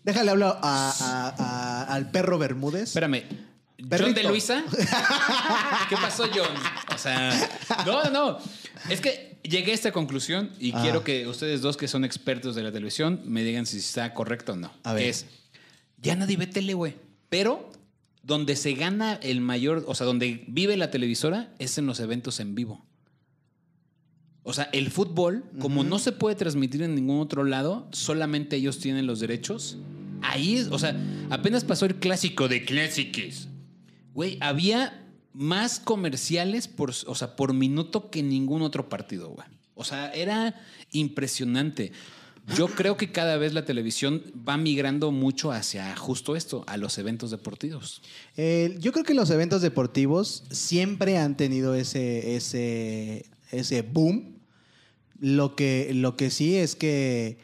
S1: Déjale hablar a- a- a- al perro Bermúdez.
S2: Espérame. ¿John
S1: Perrito.
S2: de Luisa? ¿Qué pasó, John? O sea, no, no. Es que llegué a esta conclusión y
S1: Ah.
S2: quiero que ustedes dos que son expertos de la televisión me digan si está correcto o no.
S1: A ver.
S2: Es, ya nadie ve tele, güey. Pero donde se gana el mayor, o sea, donde vive la televisora es en los eventos en vivo. O sea, el fútbol, como no se puede transmitir en ningún otro lado, solamente ellos tienen los derechos. Ahí, es- o sea, apenas pasó el clásico de clásicos. Güey, había más comerciales por, o sea, por minuto que ningún otro partido, güey. O sea, era impresionante. Yo creo que cada vez la televisión va migrando mucho hacia justo esto, a los eventos deportivos.
S1: Eh, yo creo que los eventos deportivos siempre han tenido ese, ese, ese boom. Lo que, lo que sí es que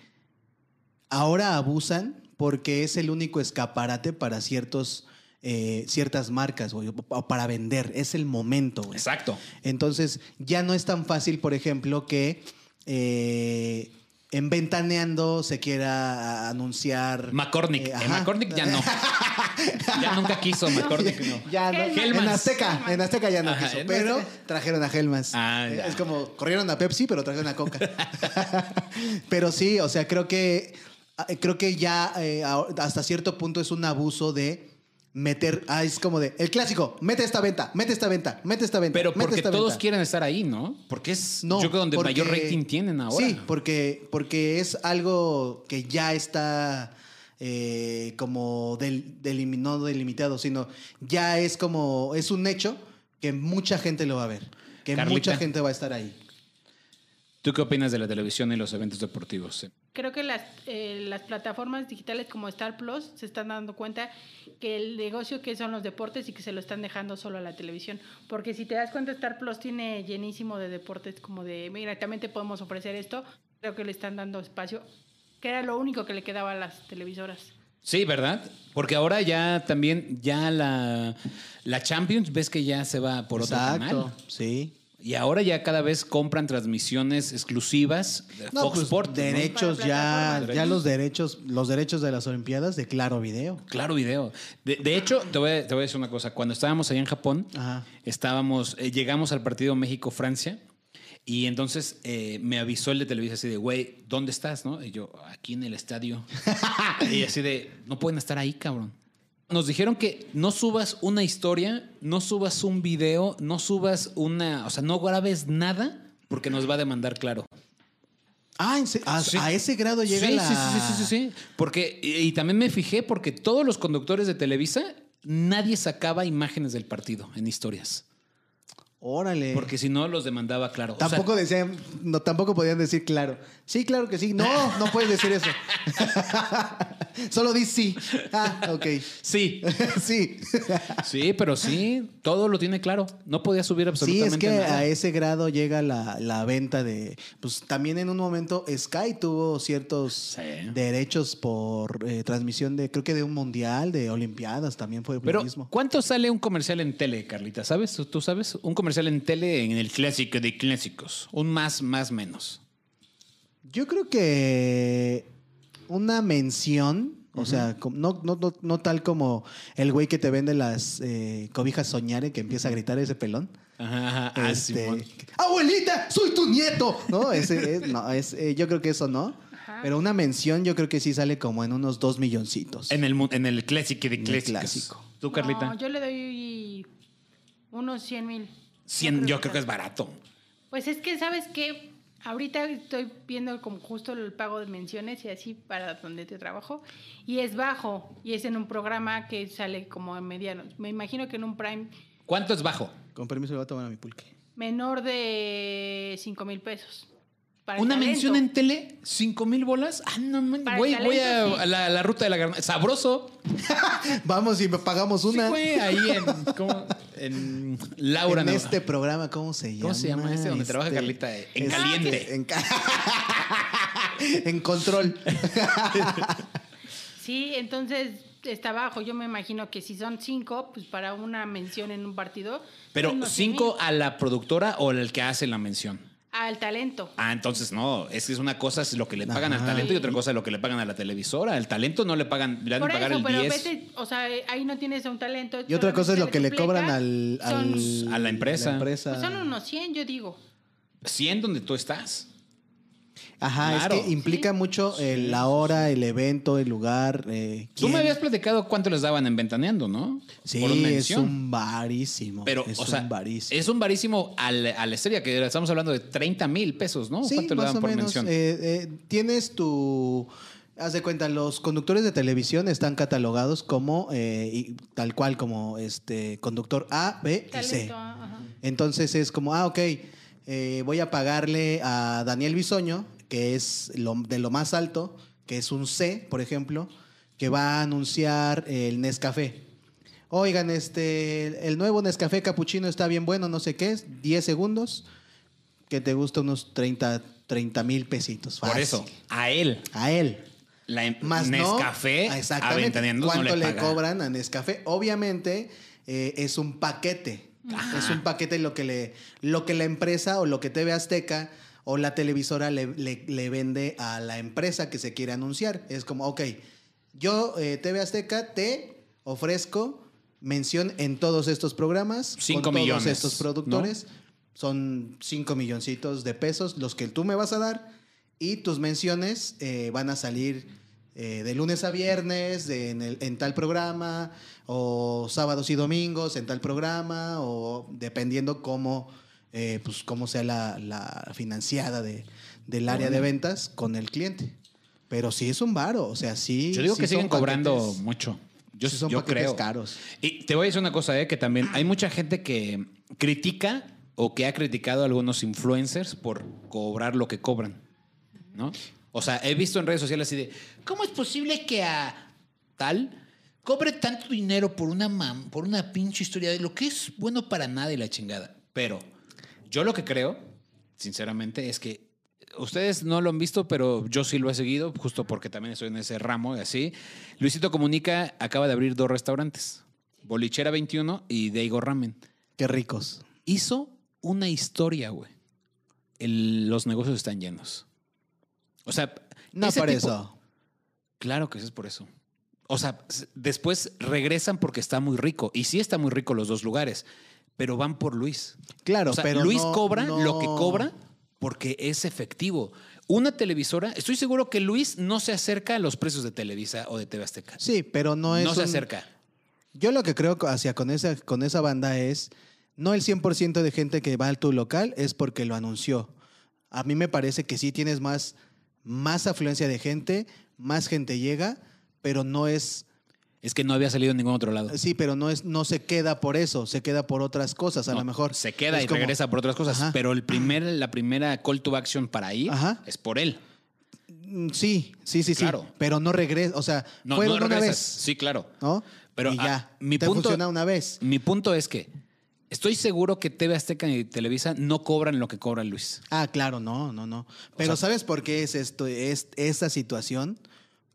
S1: ahora abusan porque es el único escaparate para ciertos, eh, ciertas marcas, güey, o pa- para vender. Es el momento, güey.
S2: Exacto.
S1: Entonces, ya no es tan fácil, por ejemplo, que eh, en Ventaneando se quiera anunciar.
S2: McCormick.
S1: Eh,
S2: Eh,
S1: ajá.
S2: McCormick ya no. ya nunca quiso McCormick, no.
S1: Ya no.
S3: Hellmann's.
S1: En Azteca, en Azteca ya no
S2: Ajá,
S1: quiso,
S2: en
S1: pero trajeron a Helmans.
S2: Ah, ya.
S1: es como, corrieron a Pepsi, pero trajeron a Coca. pero sí, o sea, creo que, creo que ya eh, ahor- hasta cierto punto es un abuso de meter, ah, es como de, el clásico, mete esta venta, mete esta venta, mete esta venta.
S2: Pero
S1: mete
S2: porque
S1: esta
S2: todos
S1: venta.
S2: quieren estar ahí, ¿no? Porque es
S1: No,
S2: yo creo donde
S1: porque-
S2: mayor rating tienen ahora.
S1: Sí, porque, porque es algo que ya está eh, como del, delimi- no delimitado, sino ya es como, es un hecho que mucha gente lo va a ver, que
S2: Carlita.
S1: mucha gente va a estar ahí.
S2: ¿Tú qué opinas de la televisión y los eventos deportivos?
S3: Creo que las, eh, las plataformas digitales como Star Plus se están dando cuenta que el negocio que son los deportes y que se lo están dejando solo a la televisión. Porque si te das cuenta, Star Plus tiene llenísimo de deportes como de, mira, también te podemos ofrecer esto. Creo que le están dando espacio, que era lo único que le quedaba a las televisoras.
S2: Sí, ¿verdad? Porque ahora ya también, ya la, la Champions, ves que ya se va por otro canal.
S1: sí.
S2: Y ahora ya cada vez compran transmisiones exclusivas de
S1: No,
S2: Fox
S1: pues,
S2: Sports. ¿no?
S1: derechos
S3: Para
S1: ya,
S2: plataformas.
S1: ya los derechos, los derechos de las Olimpiadas de Claro Video.
S2: Claro, video. De, de hecho, te voy, a, te voy a decir una cosa. Cuando estábamos allá en Japón,
S1: Ajá.
S2: estábamos, eh, llegamos al partido México-Francia y entonces eh, me avisó el de Televisa así de, güey, ¿dónde estás? ¿No? Y yo, aquí en el estadio. y así de, no pueden estar ahí, cabrón. Nos dijeron que no subas una historia, no subas un video, no subas una, o sea, no grabes nada porque nos va a demandar, claro.
S1: Ah, ¿en se- a,
S2: Sí.
S1: a ese grado llega
S2: sí,
S1: la...
S2: sí, sí, sí, sí, sí. Porque, y, y también me fijé porque todos los conductores de Televisa, nadie sacaba imágenes del partido en historias.
S1: Órale.
S2: Porque si no, los demandaba, claro. O sea,
S1: Eh. Tampoco decían, no, tampoco podían decir claro. Sí, claro que sí. No, no puedes decir eso. Solo di sí. Ah, ok.
S2: sí,
S1: sí.
S2: sí, pero sí, todo lo tiene claro. No podía subir
S1: Sí,
S2: absolutamente
S1: es que
S2: nada.
S1: a ese grado llega la, la venta de. Pues también en un momento Sky tuvo ciertos
S2: Sí.
S1: derechos por eh, transmisión de, creo que de un mundial, de Olimpiadas, también fue lo
S2: Pero,
S1: mismo.
S2: ¿cuánto sale un comercial en tele, Carlita? ¿Sabes? ¿Tú sabes? Un comercial en tele en el clásico de clásicos. Un más, más, menos.
S1: Yo creo que una mención, o sea, com- no, no, no, no tal como el güey que te vende las eh, cobijas soñare que empieza a gritar ese pelón.
S2: Ajá, ajá. Ah,
S1: Este,
S2: Simón.
S1: Abuelita, soy tu nieto. No, ese, es- no es, eh, yo creo que eso no.
S3: Ajá.
S1: Pero una mención yo creo que sí sale como en unos dos milloncitos.
S2: En el, mu- en el clásico de
S1: el
S2: clásicos.
S1: clásico.
S2: ¿Tú, Carlita?
S3: No, yo le doy unos 100 mil.
S2: Cien- yo creo que es barato.
S3: Pues es que, ¿sabes qué? Ahorita estoy viendo como justo el pago de menciones y así para donde te trabajo. Y es bajo. Y es en un programa que sale como en mediano. Me imagino que en un prime
S2: ¿Cuánto es bajo?
S1: Con permiso, le voy a tomar a mi pulque.
S3: menor de 5 mil pesos. Para el
S2: ¿Una
S3: talento.
S2: mención en tele? ¿Cinco mil bolas? Ah, no, man,
S3: Para el
S2: güey, voy a,
S3: talento, sí.
S2: a la, la ruta de la garnacha. Sabroso.
S1: Vamos y pagamos
S2: Sí,
S1: una.
S2: güey, ahí en, ¿cómo? en Laura.
S1: en
S2: ¿no?
S1: este programa, ¿cómo se llama?
S2: ¿Cómo se llama este donde trabaja Carlita? En Caliente.
S1: En, ca- en control.
S3: Sí, entonces está bajo. Yo me imagino que si son 5, pues para una mención en un partido. son
S2: Pero
S3: unos 100,000.
S2: cinco a la productora o al que hace la mención.
S3: Al talento.
S2: Ah, entonces no, es que es una cosa es lo que le pagan
S1: Ajá.
S2: al talento y otra cosa es lo que le pagan a la televisora. Al talento no le pagan, le han de
S3: Por
S2: pagar
S3: eso, pero
S2: el 10.
S3: vete, o sea, ahí no tienes a un talento.
S1: Y otra cosa es lo
S3: solamente
S1: que le
S3: Pues duplica,
S1: cobran al,
S3: son-
S1: al-
S2: A la empresa.
S3: pues son unos 100, yo digo.
S2: 100 donde tú estás.
S1: Ajá,
S2: Claro.
S1: es que implica
S3: Sí.
S1: mucho eh, la hora, el evento, el lugar. eh,
S2: Tú me
S1: quién.
S2: habías platicado cuánto les daban en Ventaneando, ¿no?
S1: Sí,
S2: Por
S1: es
S2: mención.
S1: un barísimo.
S2: Pero,
S1: es
S2: o sea,
S1: un barísimo.
S2: es un barísimo al- a la estrella, que estamos hablando de 30 mil pesos, ¿no?
S1: sí,
S2: ¿Cuánto le
S1: más eh,
S2: daban
S1: o
S2: por
S1: menos.
S2: mención?
S1: eh, eh, tienes tu Haz de cuenta, los conductores de televisión están catalogados como, eh, y tal cual, como este conductor A, B y C.
S3: Talento, ajá.
S1: Entonces es como, ah, ok, eh, voy a pagarle a Daniel Bisoño, que es lo- de lo más alto, que es un C, por ejemplo, que va a anunciar el Nescafé. Oigan, este, el nuevo Nescafé capuchino está bien bueno, no sé qué es, 10 segundos, que te gusta unos 30 mil pesitos.
S2: Por
S1: fácil.
S2: eso, a él,
S1: A él.
S2: la em-
S1: Más
S2: Nescafé,
S1: no,
S2: aventaneando, no
S1: ¿Cuánto le,
S2: paga.
S1: cobran a Nescafé? Obviamente eh, es un paquete. Es un paquete lo que, le, lo que la empresa o lo que TV Azteca o la televisora le, le- le vende a la empresa que se quiere anunciar. Es como, ok, yo eh, TV Azteca te ofrezco mención en todos estos programas,
S2: Cinco
S1: con
S2: millones,
S1: todos estos productores. Son 5 milloncitos de pesos los que tú me vas a dar y tus menciones eh, van a salir eh, de lunes a viernes de- en, el- en tal programa o sábados y domingos en tal programa o dependiendo cómo, eh, pues, cómo sea la, la financiada de, del área de ventas con el cliente. Pero sí es un varo, o sea, sí.
S2: Yo digo
S1: sí
S2: que
S1: son
S2: siguen cobrando
S1: paquetes-
S2: mucho. Yo,
S1: sí son
S2: yo
S1: paquetes
S2: creo.
S1: caros.
S2: Y te voy a decir una cosa, eh, que también hay mucha gente que critica o que ha criticado a algunos influencers por cobrar lo que cobran, ¿no? O sea, he visto en redes sociales así de, ¿cómo es posible que a tal cobre tanto dinero por una, mam- por una pinche historia de lo que es bueno para nada y la chingada? Pero yo lo que creo, sinceramente, es que ustedes no lo han visto, pero yo sí lo he seguido, justo porque también estoy en ese ramo y así. Luisito Comunica acaba de abrir dos restaurantes, Bolichera 21 y Daigo Ramen.
S1: Qué ricos.
S2: Hizo una historia, güey. El- los negocios están llenos. O sea,
S1: No
S2: ese
S1: por
S2: tipo-
S1: eso.
S2: Claro que eso es por eso. O sea, s- después regresan porque está muy rico. Y sí está muy rico los dos lugares, pero van por Luis.
S1: Claro,
S2: O sea,
S1: pero
S2: Luis
S1: no-
S2: cobra
S1: no-
S2: lo que cobra porque es efectivo. Una televisora, estoy seguro que Luis no se acerca a los precios de Televisa o de TV Azteca.
S1: Sí, pero no
S2: no
S1: es
S2: se
S1: un-
S2: acerca.
S1: Yo lo que creo co- hacia con esa, con esa banda es, no el 100% de gente que va a tu local es porque lo anunció. A mí me parece que sí tienes más, más afluencia de gente, más gente llega, pero no es,
S2: Es que no había salido en ningún otro lado.
S1: sí, pero no es, no se queda por eso, se queda por otras cosas, a
S2: No,
S1: lo mejor.
S2: Se queda
S1: Es
S2: y
S1: como-
S2: regresa por otras cosas.
S1: Ajá.
S2: Pero el primer, la primera call to action para ahí
S1: Ajá.
S2: es por él.
S1: Mm, Sí, sí, sí, sí.
S2: Claro.
S1: Pero no regresa, o sea,
S2: No,
S1: fueron
S2: no
S1: una
S2: regresas.
S1: vez,
S2: Sí, claro.
S1: ¿no?
S2: Pero,
S1: y
S2: ah,
S1: ya,
S2: mi
S1: te
S2: punto-
S1: funciona una vez.
S2: Mi punto es que estoy seguro que TV Azteca y Televisa no cobran lo que cobra Luis.
S1: Ah, claro, no, no, no. Pero
S2: sea-
S1: ¿sabes por qué es esto, es esta situación?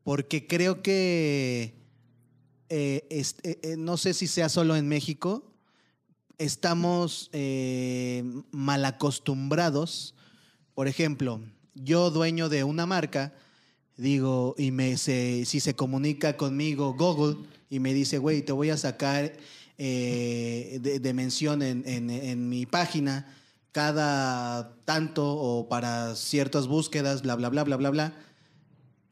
S1: Porque creo que eh, es- eh, eh, no sé si sea solo en México, estamos eh, mal acostumbrados. Por ejemplo, yo dueño de una marca, digo, y me se- si se comunica conmigo Google y me dice, güey, te voy a sacar eh, de, de mención en, en- en mi página cada tanto o para ciertas búsquedas, bla, bla, bla, bla, bla, bla.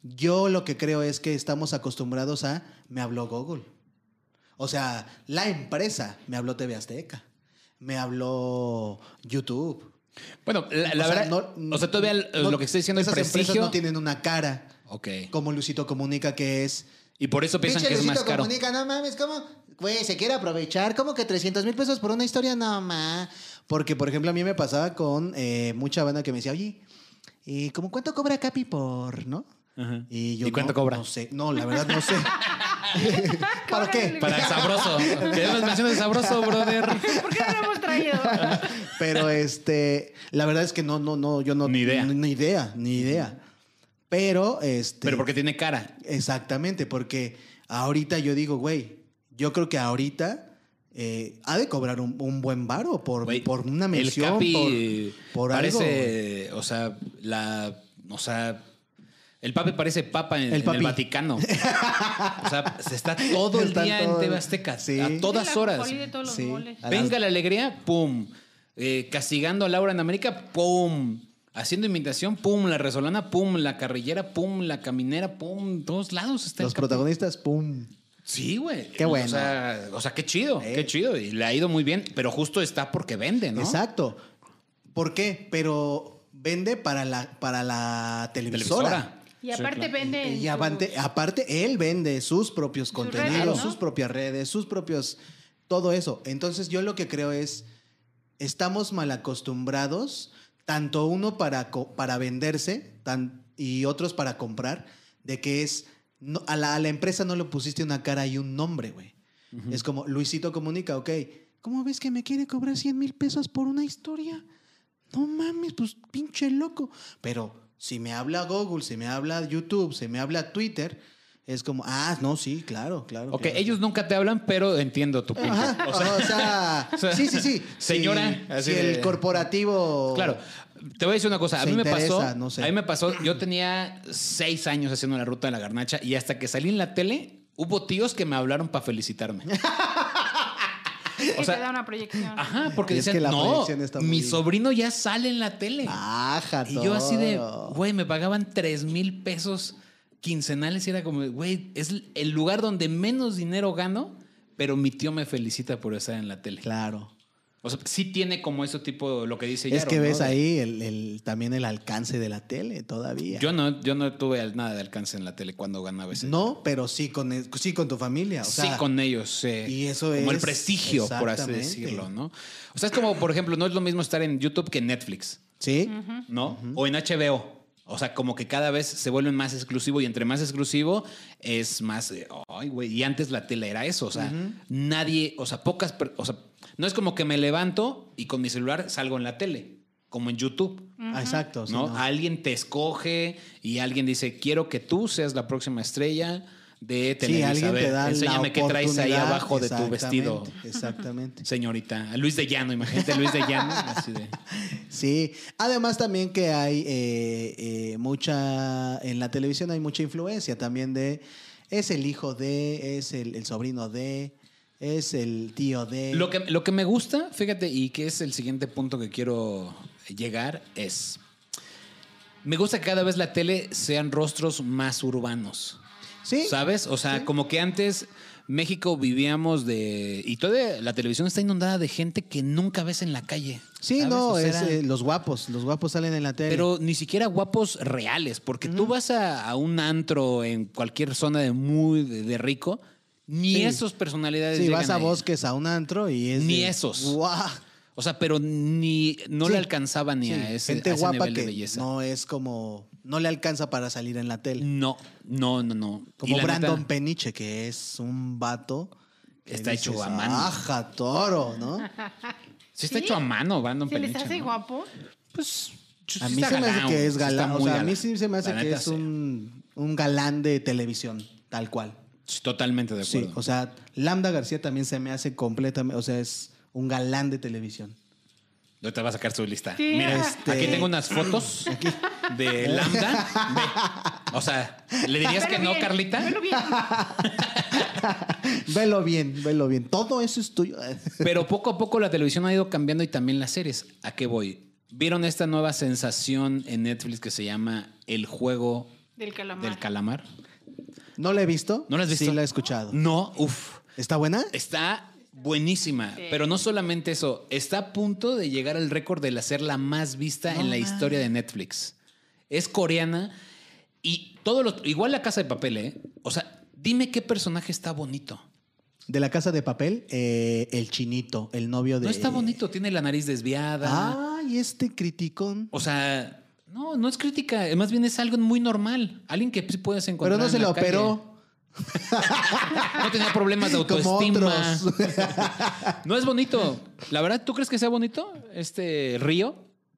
S1: Yo lo que creo es que estamos acostumbrados a me habló Google. O sea, la empresa me habló TV Azteca, me habló YouTube.
S2: Bueno, la, la
S1: O sea,
S2: verdad,
S1: no-
S2: o sea, todavía
S1: no-
S2: lo que estoy diciendo es
S1: esas
S2: prestigio.
S1: empresas no tienen una cara
S2: Ok.
S1: como Luisito comunica que es.
S2: Y por eso piensan
S1: "Pinche
S2: que es más
S1: Luisito
S2: caro.
S1: comunica, no mames, ¿cómo? Güey, se quiere aprovechar como que 300 mil pesos por una historia, no ma. Porque, por ejemplo, a mí me pasaba con eh, mucha banda que me decía, oye, ¿y cómo cuánto cobra Capi por, no?
S2: Ajá.
S1: Y yo
S2: ¿Y cuánto
S1: no,
S2: cobra?
S1: No sé. No, la verdad no sé. ¿Para qué?
S2: Para el sabroso. Tenemos menciones de sabroso, brother.
S3: ¿Por qué no lo hemos traído?
S1: Pero este, la verdad es que no, no, no, yo no.
S2: Ni idea.
S1: Ni, ni idea, ni idea. Pero este.
S2: Pero porque tiene cara.
S1: Exactamente, porque ahorita yo digo, güey, yo creo que ahorita eh, ha de cobrar un, un buen varo por,
S2: Güey,
S1: por una mención,
S2: El Capi
S1: por- por, algo.
S2: parece, o sea, la, o sea, el Papi parece papa en en
S1: El
S2: el,
S1: papi.
S2: Vaticano. o sea, se está todo el
S1: Está
S2: día en
S1: todo-
S2: TV Azteca,
S1: sí.
S2: a
S3: Es
S2: todas
S3: la
S2: horas.
S3: ajonjolí de todos los
S1: Sí.
S3: moles.
S1: A las-
S2: Venga la alegría, pum. Eh, castigando a Laura en América, pum. Haciendo imitación, pum. La resolana, pum. La carrillera, pum. La caminera, pum. Todos lados está el
S1: Los
S2: Capi.
S1: protagonistas, pum.
S2: Sí, güey.
S1: Qué bueno.
S2: O sea, o sea, qué chido,
S1: Eh.
S2: qué chido. Y le ha ido muy bien, pero justo está porque vende, ¿no?
S1: Exacto. ¿Por qué? Pero vende para la, para la televisora.
S2: Televisora.
S3: Y aparte vende. en
S1: Y aparte,
S3: sus-
S1: aparte, él vende sus propios contenidos,
S3: redes, ¿no?
S1: sus propias redes, sus propios. Todo eso. Entonces, yo lo que creo es. Estamos mal acostumbrados, tanto uno para, co- para venderse tan, y otros para comprar, de que es. no- a, la, a la empresa no le pusiste una cara y un nombre, güey. Es como Luisito comunica, ok. ¿Cómo ves que me quiere cobrar 100 mil pesos por una historia? No mames, pues pinche loco. Pero si me habla Google, si me habla YouTube, si me habla Twitter, es como, ah, no, sí, claro, claro.
S2: Ok,
S1: claro.
S2: ellos nunca te hablan, pero entiendo tu punto.
S1: Ajá, o sea, sí, sí, sí.
S2: Señora,
S1: Si-
S2: así
S1: si el
S2: de-
S1: corporativo.
S2: Claro. Te voy a decir una cosa. A
S1: Se
S2: mí me
S1: interesa,
S2: pasó.
S1: no sé.
S2: A mí me pasó. Yo tenía seis años haciendo la ruta de la garnacha y hasta que salí en la tele, hubo tíos que me hablaron para felicitarme.
S3: que
S2: o sea-
S3: te da una proyección.
S2: Ajá, porque
S1: Es
S2: decían,
S1: que la
S2: no,
S1: proyección está
S2: mi
S1: muy- Ah,
S2: sobrino ya sale en la tele.
S1: Ajá,
S2: y yo así de,
S1: todo.
S2: güey, me pagaban tres mil pesos quincenales y era como, güey, es el lugar donde menos dinero gano, pero mi tío me felicita por estar en la tele.
S1: Claro.
S2: O sea, sí tiene como eso tipo lo que dice
S1: Es
S2: Yaro,
S1: que
S2: ¿no?
S1: ves
S2: De-
S1: ahí el, el- también el alcance de la tele todavía.
S2: Yo no, yo no tuve al- nada de alcance en la tele cuando ganaba ese.
S1: no, pero sí con, el- sí con tu familia. O sea,
S2: sí, con ellos. eh,
S1: y eso
S2: como el
S1: es-
S2: prestigio, por así
S1: exactamente.
S2: decirlo, ¿no? O sea, es como, por ejemplo, no es lo mismo estar en YouTube que en Netflix,
S1: Sí.
S2: ¿no? O en HBO. O sea, como que cada vez se vuelven más exclusivo y entre más exclusivo es más. eh, Ay, güey. Y antes la tele era eso. O sea, nadie, o sea, pocas. per- O sea, no es como que me levanto y con mi celular salgo en la tele, como en YouTube.
S1: Ah, Exacto. sí,
S2: ¿no?
S1: no.
S2: Alguien te escoge y alguien dice, quiero que tú seas la próxima estrella de
S1: Sí,
S2: Televisa.
S1: alguien
S2: A ver,
S1: te da la
S2: enséñame qué traes ahí
S1: oportunidad.
S2: abajo de tu vestido,
S1: Exactamente, Exactamente.
S2: señorita. Luis de Llano, imagínate, Luis de Llano. así de-
S1: Sí, además también que hay eh, eh, mucha, en la televisión hay mucha influencia también de, es el hijo de, es el, el sobrino de, es el tío de.
S2: Lo, que, lo que me gusta, fíjate, y que es el siguiente punto que quiero llegar, es... Me gusta que cada vez la tele sean rostros más urbanos.
S1: sí,
S2: ¿Sabes? O sea,
S1: Sí.
S2: como que antes México vivíamos de. Y toda la televisión está inundada de gente que nunca ves en la calle.
S1: sí,
S2: ¿sabes?
S1: no,
S2: O sea,
S1: es
S2: era-
S1: eh, los guapos, los guapos salen en la tele.
S2: pero ni siquiera guapos reales, porque tú vas a, a un antro en cualquier zona de muy de, de rico, ni
S1: Sí.
S2: esos personalidades.
S1: sí,
S2: llegan
S1: vas a
S2: ahí.
S1: bosques, a un antro y es...
S2: Ni esos.
S1: ¡Guau!
S2: O sea, pero ni no
S1: Sí.
S2: le alcanzaba ni
S1: Sí,
S2: a ese,
S1: gente
S2: a ese
S1: guapa
S2: nivel
S1: que
S2: de belleza.
S1: no es como, no le alcanza para salir en la tele.
S2: No, no, no, no. Y
S1: Como
S2: la
S1: Brandon
S2: neta-
S1: Peniche, que es un vato. que
S2: Está hecho a mano.
S1: Ajá, toro, ¿no?
S2: sí está
S3: ¿Sí?
S2: hecho a mano, Brandon
S3: ¿Se les
S2: Peniche,
S3: hace
S2: ¿no?
S3: guapo?
S2: Pues. sí
S1: A mí
S2: está
S1: se me hace
S2: galán,
S1: que es
S2: sí está
S1: galán. O
S2: muy
S1: sea, a mí
S2: galán.
S1: sí se me hace
S2: La
S1: que
S2: neta,
S1: es
S2: sí.
S1: un, un galán de televisión, tal cual.
S2: Sí, Totalmente de acuerdo.
S1: Sí, o sea, Lambda García también se me hace completamente. O sea, es un galán de televisión.
S2: Yo te va a sacar su lista.
S3: Sí.
S2: Mira,
S1: Este-
S2: aquí tengo unas fotos de Lambda. Ve. O sea, ¿le dirías
S3: Velo
S2: que no,
S3: bien,
S2: Carlita?
S3: velo bien.
S1: Velo bien, velo bien. Todo eso es tuyo.
S2: Pero poco a poco la televisión ha ido cambiando y también las series. ¿A qué voy? ¿Vieron esta nueva sensación en Netflix que se llama El juego
S3: Del calamar.
S2: del calamar?
S1: ¿No la he visto?
S2: ¿No la has visto?
S1: Sí, la he escuchado.
S2: No, uff.
S1: ¿Está buena?
S2: Está buenísima.
S3: Sí.
S2: Pero no solamente eso, está a punto de llegar al récord de la ser la más vista
S1: No
S2: en la
S1: mames.
S2: historia de Netflix. Es coreana y todo lo. Igual la casa de papel, ¿eh? O sea, dime qué personaje está bonito.
S1: De la casa de papel, eh, el chinito, el novio de.
S2: No está bonito, tiene la nariz desviada.
S1: Ay, este criticón.
S2: O sea, no, no es crítica, más bien es algo muy normal. Alguien que sí puedes encontrar.
S1: Pero no
S2: en
S1: se
S2: la
S1: lo
S2: calle.
S1: operó.
S2: No tenía problemas de
S1: Como
S2: autoestima.
S1: otros.
S2: No es bonito. La verdad, ¿tú crees que sea bonito este río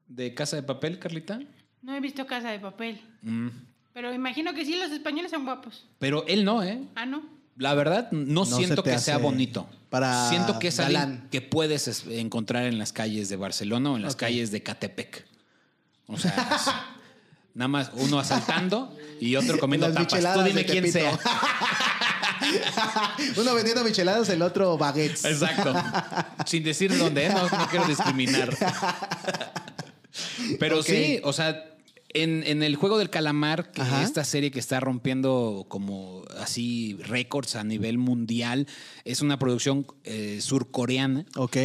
S2: de Casa de Papel, Carlita?
S3: No he visto Casa de Papel.
S2: Mm.
S3: Pero imagino que sí, los españoles son guapos.
S2: Pero él no, ¿eh?
S3: Ah, no.
S2: La verdad, no,
S1: No se
S2: siento
S1: te
S2: que sea
S1: hace
S2: bonito.
S1: para
S2: siento que es alguien
S1: galán.
S2: que puedes es- encontrar en las calles de Barcelona o en las
S1: Ok.
S2: calles de Catepec. O sea, es- nada más uno asaltando y otro comiendo
S1: Las
S2: tapas. Tú
S1: micheladas
S2: dime
S1: de
S2: quién
S1: Tepito.
S2: sea.
S1: Uno vendiendo micheladas, el otro baguettes.
S2: Exacto. Sin decir dónde, ¿eh? no, no quiero discriminar. Pero
S1: Ok.
S2: sí, o sea, En, en el juego del calamar, que
S1: Ajá.
S2: esta serie que está rompiendo como así récords a nivel mundial, es una producción eh, surcoreana
S1: Ok.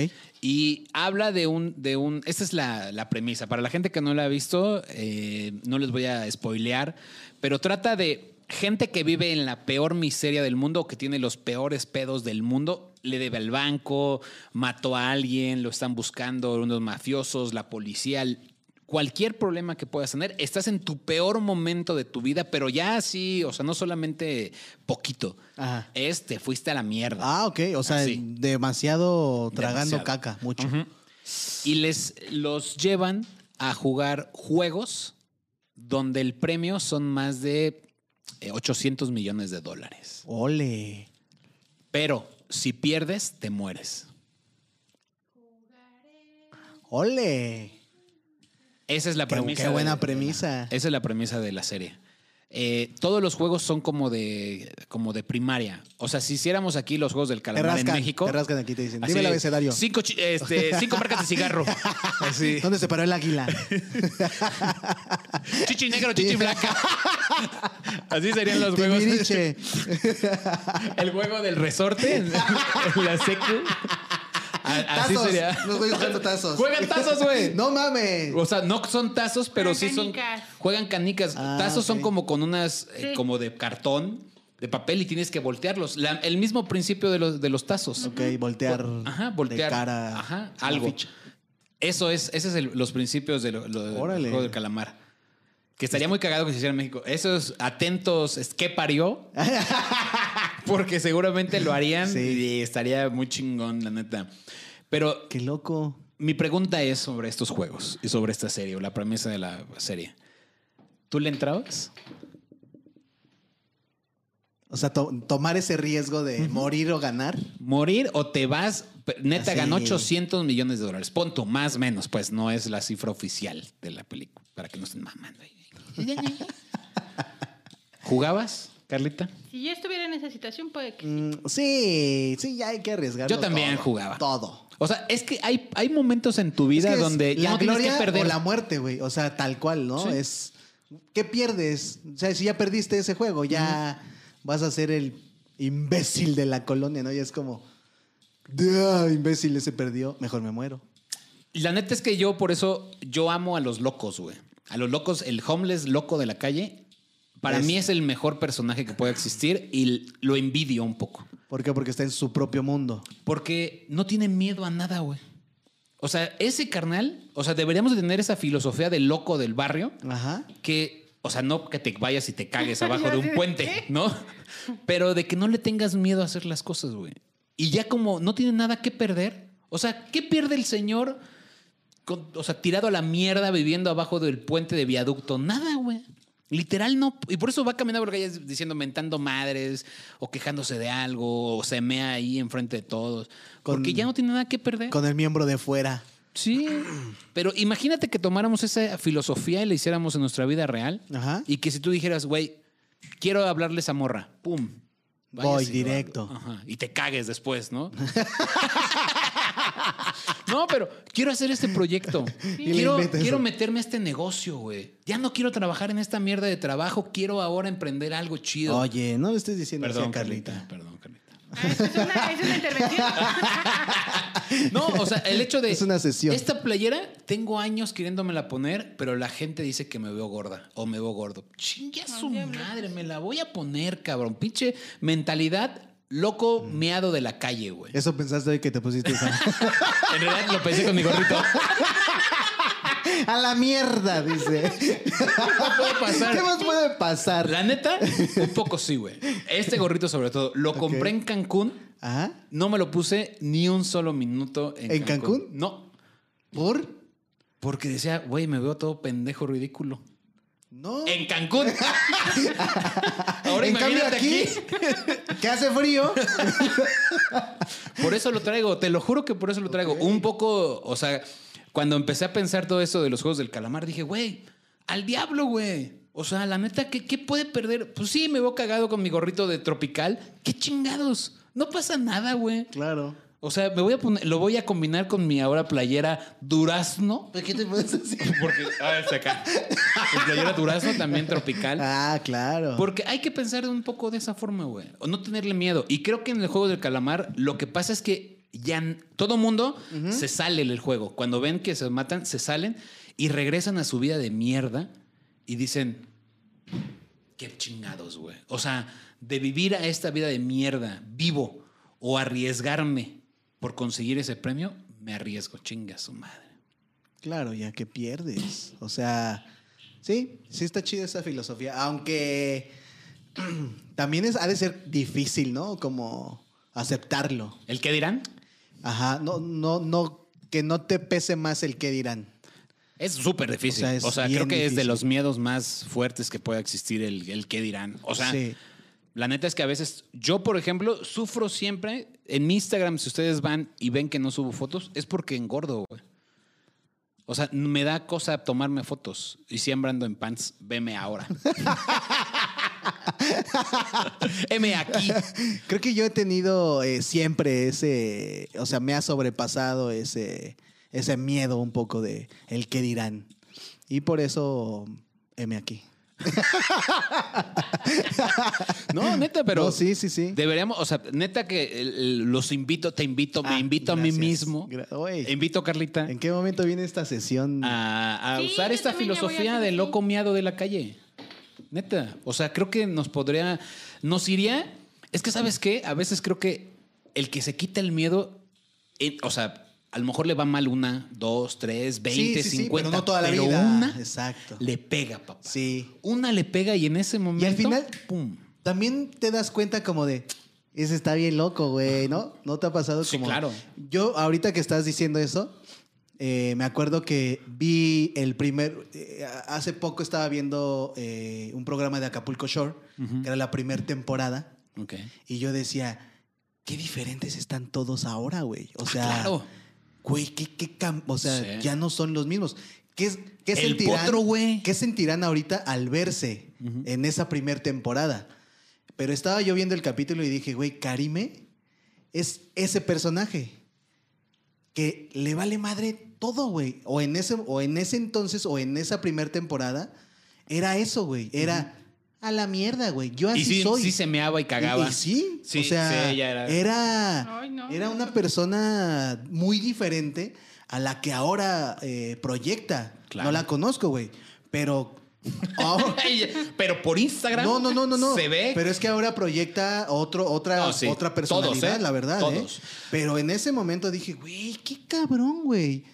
S2: y habla de un, de un, esta es la, la premisa. Para la gente que no la ha visto, eh, no les voy a spoilear, pero trata de gente que vive en la peor miseria del mundo o que tiene los peores pedos del mundo. Le debe al banco, mató a alguien, lo están buscando unos mafiosos, la policía, cualquier problema que puedas tener, estás en tu peor momento de tu vida, pero ya sí, o sea, no solamente poquito.
S1: Ajá.
S2: Este, fuiste a la mierda.
S1: Ah, ok. O sea,
S2: Así.
S1: demasiado tragando
S2: Demasiado.
S1: caca, mucho.
S2: y les los llevan a jugar juegos donde el premio son más de eh, 800 millones de dólares.
S1: Ole.
S2: Pero si pierdes, te mueres.
S1: Ole.
S2: Esa es la
S1: Qué-
S2: premisa.
S1: qué
S2: de-
S1: buena
S2: de la-
S1: premisa.
S2: esa es la premisa de la serie. Eh, todos los juegos son como de, como de primaria. O sea, si hiciéramos aquí los juegos del
S1: Te
S2: calamar en
S1: rascan,
S2: México.
S1: te rascan aquí, te dicen.
S2: así
S1: Dime el
S2: de
S1: abecedario.
S2: Cinco, chi- este, cinco marcas de cigarro. Así.
S1: ¿Dónde se paró el águila?
S2: Chichi negro, chichi blanca. Así serían los juegos.
S1: Timbiriche.
S2: El juego del resorte en, en la secu. A- Así
S1: Tazos.
S2: sería.
S1: Los güeyes jugando tazos.
S2: Juegan tazos, güey.
S1: No mames.
S2: O sea, no son tazos, pero
S3: Juegan
S2: sí son.
S3: canicas.
S2: Juegan canicas.
S1: Ah,
S2: tazos son
S1: ok.
S2: como con unas. eh,
S3: Sí.
S2: como de cartón, de papel, y tienes que voltearlos. La- el mismo principio de los, de los tazos.
S1: Ok, voltear.
S2: Ajá,
S1: De
S2: voltear.
S1: cara.
S2: Ajá,
S1: la
S2: algo.
S1: ficha.
S2: Eso es, ese es el- los principios de lo- lo- del
S1: Órale.
S2: juego del calamar. Que estaría muy cagado que se hiciera en México. Esos atentos, es que parió. Porque seguramente lo harían
S1: Sí.
S2: y estaría muy chingón, la neta. Pero
S1: Qué loco.
S2: mi pregunta es sobre estos juegos y sobre esta serie o la premisa de la serie. ¿Tú le entrabas?
S1: O sea, to- tomar ese riesgo de morir o ganar.
S2: ¿Morir o te vas? Pe- Neta,
S1: Así.
S2: ganó 800 millones de dólares. Punto, más menos, pues no es la cifra oficial de la película. Para que no estén mamando. ahí. ¿Jugabas, Carlita?
S3: Si yo estuviera en esa situación, puede que...
S1: Mm, sí, sí, ya hay que arriesgar.
S2: Yo también jugaba.
S1: Todo.
S2: O sea, es que hay, hay momentos en tu vida
S1: Es que es
S2: donde ya
S1: la
S2: no tienes
S1: gloria
S2: que perder.
S1: o la muerte, güey. O sea, tal cual, ¿no?
S2: Sí.
S1: Es ¿qué pierdes? O sea, si ya perdiste ese juego, ya vas a ser el imbécil de la colonia, ¿no? Y es como, "Ah, imbécil, ese perdió, mejor me muero.
S2: La neta es que yo, por eso, yo amo a los locos, güey. A los locos, el homeless loco de la calle, para
S1: Es-
S2: mí es el mejor personaje que puede existir y l- lo envidio un poco.
S1: ¿Por qué? Porque está en su propio mundo.
S2: Porque no tiene miedo a nada, güey. O sea, ese carnal, o sea, deberíamos de tener esa filosofía del loco del barrio
S1: Ajá.
S2: que, o sea, no que te vayas y te cagues abajo
S3: Yo
S2: de
S3: así
S2: un
S3: de,
S2: puente,
S3: ¿qué?
S2: ¿no? Pero de que no le tengas miedo a hacer las cosas, güey. Y ya como no tiene nada que perder, o sea, ¿qué pierde el señor? con- o sea, tirado a la mierda viviendo abajo del puente de viaducto. Nada, güey. Literal no. Y por eso va caminando por la calle diciendo mentando madres o quejándose de algo o se mea ahí enfrente de todos.
S1: Con-
S2: porque ya no tiene nada que perder.
S1: Con el miembro de fuera.
S2: Sí, pero imagínate que tomáramos esa filosofía y la hiciéramos en nuestra vida real.
S1: Ajá.
S2: Y que si tú dijeras, güey, quiero hablarle a esa morra, pum.
S1: Voy
S2: Vayas y lo
S1: directo.
S2: hablo. Ajá, Y te cagues después, ¿no? no, pero quiero hacer este proyecto.
S1: Y le
S2: Quiero,
S1: inventas.
S2: quiero meterme a este negocio, güey. Ya no quiero trabajar en esta mierda de trabajo. Quiero ahora emprender algo chido.
S1: Oye, no le estés diciendo así
S2: perdón,
S1: a Carlita.
S2: Carlita. Perdón, Carlita.
S3: Ah, eso es, una, es una intervención.
S2: No, o sea, el hecho de.
S1: Es una sesión.
S2: Esta playera, tengo años queriéndomela poner, pero la gente dice que me veo gorda o me veo gordo. Chingue a su madre, me la voy a poner, cabrón. Pinche mentalidad loco
S1: Mm.
S2: meado de la calle, güey.
S1: Eso pensaste hoy que te pusiste esa.
S2: En realidad lo pensé con mi gorrito.
S1: a la mierda, dice.
S2: No puede pasar.
S1: ¿Qué más puede pasar?
S2: La neta, un poco sí, güey. Este gorrito, sobre todo, lo
S1: Ok.
S2: compré en Cancún.
S1: Ajá.
S2: No me lo puse ni un solo minuto en,
S1: ¿En Cancún?
S2: No,
S1: ¿Por?
S2: porque decía, güey, me veo todo pendejo ridículo.
S1: No.
S2: En Cancún. Ahora
S1: en cambio
S2: imagínate
S1: aquí, que hace frío.
S2: Por eso lo traigo, te lo juro que por eso lo traigo. Un poco, o sea, cuando empecé a pensar todo eso de los juegos del calamar, dije, güey, al diablo, güey. O sea, la neta, ¿qué, qué puede perder? Pues sí, me veo cagado con mi gorrito de tropical. ¿Qué chingados? No pasa nada, güey.
S1: Claro.
S2: O sea, me voy a poner, lo voy a combinar con mi ahora playera durazno.
S1: ¿Pero qué te puedes decir?
S2: Porque, ah, es acá. Mi playera durazno también tropical.
S1: Ah, claro.
S2: Porque hay que pensar un poco de esa forma, güey. O no tenerle miedo. Y creo que en el juego del calamar lo que pasa es que ya n- todo mundo se sale del juego. Cuando ven que se matan, se salen y regresan a su vida de mierda y dicen, qué chingados, güey. O sea, de vivir a esta vida de mierda vivo o arriesgarme por conseguir ese premio, me arriesgo, chinga su madre.
S1: Claro, ya que pierdes. O sea, sí, sí está chida esa filosofía. Aunque también es, ha de ser difícil, ¿no? Como aceptarlo.
S2: ¿El qué dirán?
S1: Ajá, no, no, no, que no te pese más el que dirán.
S2: Es súper difícil.
S1: O
S2: O
S1: sea,
S2: sea,
S1: es bien
S2: creo que es de
S1: difícil.
S2: los miedos más fuertes que pueda existir el, el qué dirán. O sea,
S1: Sí.
S2: la neta es que a veces, yo por ejemplo, sufro siempre en mi Instagram, si ustedes van y ven que no subo fotos, es porque engordo, güey. O sea, me da cosa tomarme fotos. Y siempre ando en pants, veme ahora. Heme aquí.
S1: Creo que yo he tenido eh, siempre ese, o sea, me ha sobrepasado ese, ese miedo un poco de el que dirán. Y por eso, M aquí.
S2: No, neta, pero
S1: No, sí, sí, sí.
S2: deberíamos, o sea, neta que el- el- los invito, te invito, me
S1: Ah,
S2: invito a
S1: gracias.
S2: mí mismo. Em-
S1: Gra- Oye.
S2: Invito a Carlita.
S1: ¿En qué momento viene esta sesión?
S2: Ah. a, a
S3: Sí,
S2: usar
S3: yo
S2: esta
S3: también ya voy a
S2: filosofía
S3: hacer
S2: de
S3: así.
S2: loco miado de la calle. Neta. O sea, creo que nos podría. Nos iría. Es que, ¿sabes qué? A veces creo que el que se quita el miedo. eh, o sea, a lo mejor le va mal una, dos, tres, veinte,
S1: sí, sí,
S2: cincuenta.
S1: pero no toda la
S2: pero
S1: vida.
S2: una
S1: Exacto.
S2: le pega, papá.
S1: Sí.
S2: Una le pega y en ese momento.
S1: final-
S2: ¡Pum!
S1: También te das cuenta como de, ese está bien loco, güey, ¿no? ¿No te ha pasado
S2: Sí,
S1: como...
S2: claro.
S1: Yo, ahorita que estás diciendo eso, eh, me acuerdo que vi el primer... eh, hace poco estaba viendo eh, un programa de Acapulco Shore, que era la primera temporada,
S2: Ok.
S1: y yo decía, qué diferentes están todos ahora, güey. O
S2: Ah,
S1: sea...
S2: claro.
S1: Güey, qué, qué cam- O sea,
S2: Sí.
S1: ya no son los mismos. ¿Qué, es- qué
S2: El
S1: sentirán?
S2: potro, güey.
S1: ¿Qué sentirán ahorita al verse en esa primer temporada? Pero estaba yo viendo el capítulo y dije, güey, Karime es ese personaje que le vale madre todo, güey. O en ese, o en ese entonces, o en esa primera temporada, era eso, güey. Era a la mierda, güey. Yo así
S2: Y sí,
S1: soy.
S2: sí se meaba y cagaba.
S1: Y, y sí,
S2: Sí,
S1: o sea,
S2: sí, ella
S1: era,
S2: era-
S1: era,
S3: Ay, no.
S1: una persona muy diferente a la que ahora eh, proyecta.
S2: Claro.
S1: No la conozco, güey, pero... oh, ahora-
S2: Ay, pero por Instagram.
S1: no, no, no, no, no.
S2: Se ve.
S1: Pero es que ahora proyecta otro, otra,
S2: No, sí.
S1: otra
S2: Todos,
S1: personalidad,
S2: ¿eh?
S1: la verdad. ¿eh?
S2: Todos.
S1: Pero en ese momento dije, güey, qué cabrón, güey.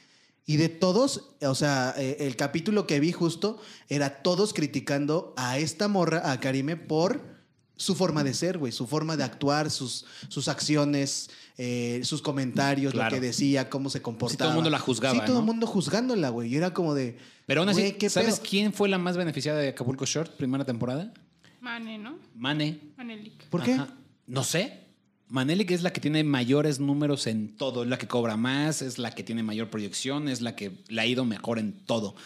S1: Y de todos, o sea, eh, el capítulo que vi justo era todos criticando a esta morra, a Karime, por su forma de ser, güey, su forma de actuar, sus, sus acciones, eh, sus comentarios,
S2: Claro.
S1: lo que decía, cómo se comportaba.
S2: mundo la juzgaba,
S1: Sí, todo el
S2: ¿no?
S1: mundo juzgándola, güey. Y era como de.
S2: Pero aún
S1: güey,
S2: así,
S1: ¿qué
S2: ¿sabes
S1: pedo?
S2: quién fue la más beneficiada de Acapulco Short, primera temporada?
S3: Mane, ¿no?
S2: Mane.
S3: Manelik.
S1: ¿Por qué?
S2: Ajá. No sé. Maneli, que es la que tiene mayores números en todo, es la que cobra más, es la que tiene mayor proyección, es la que le ha ido mejor en todo.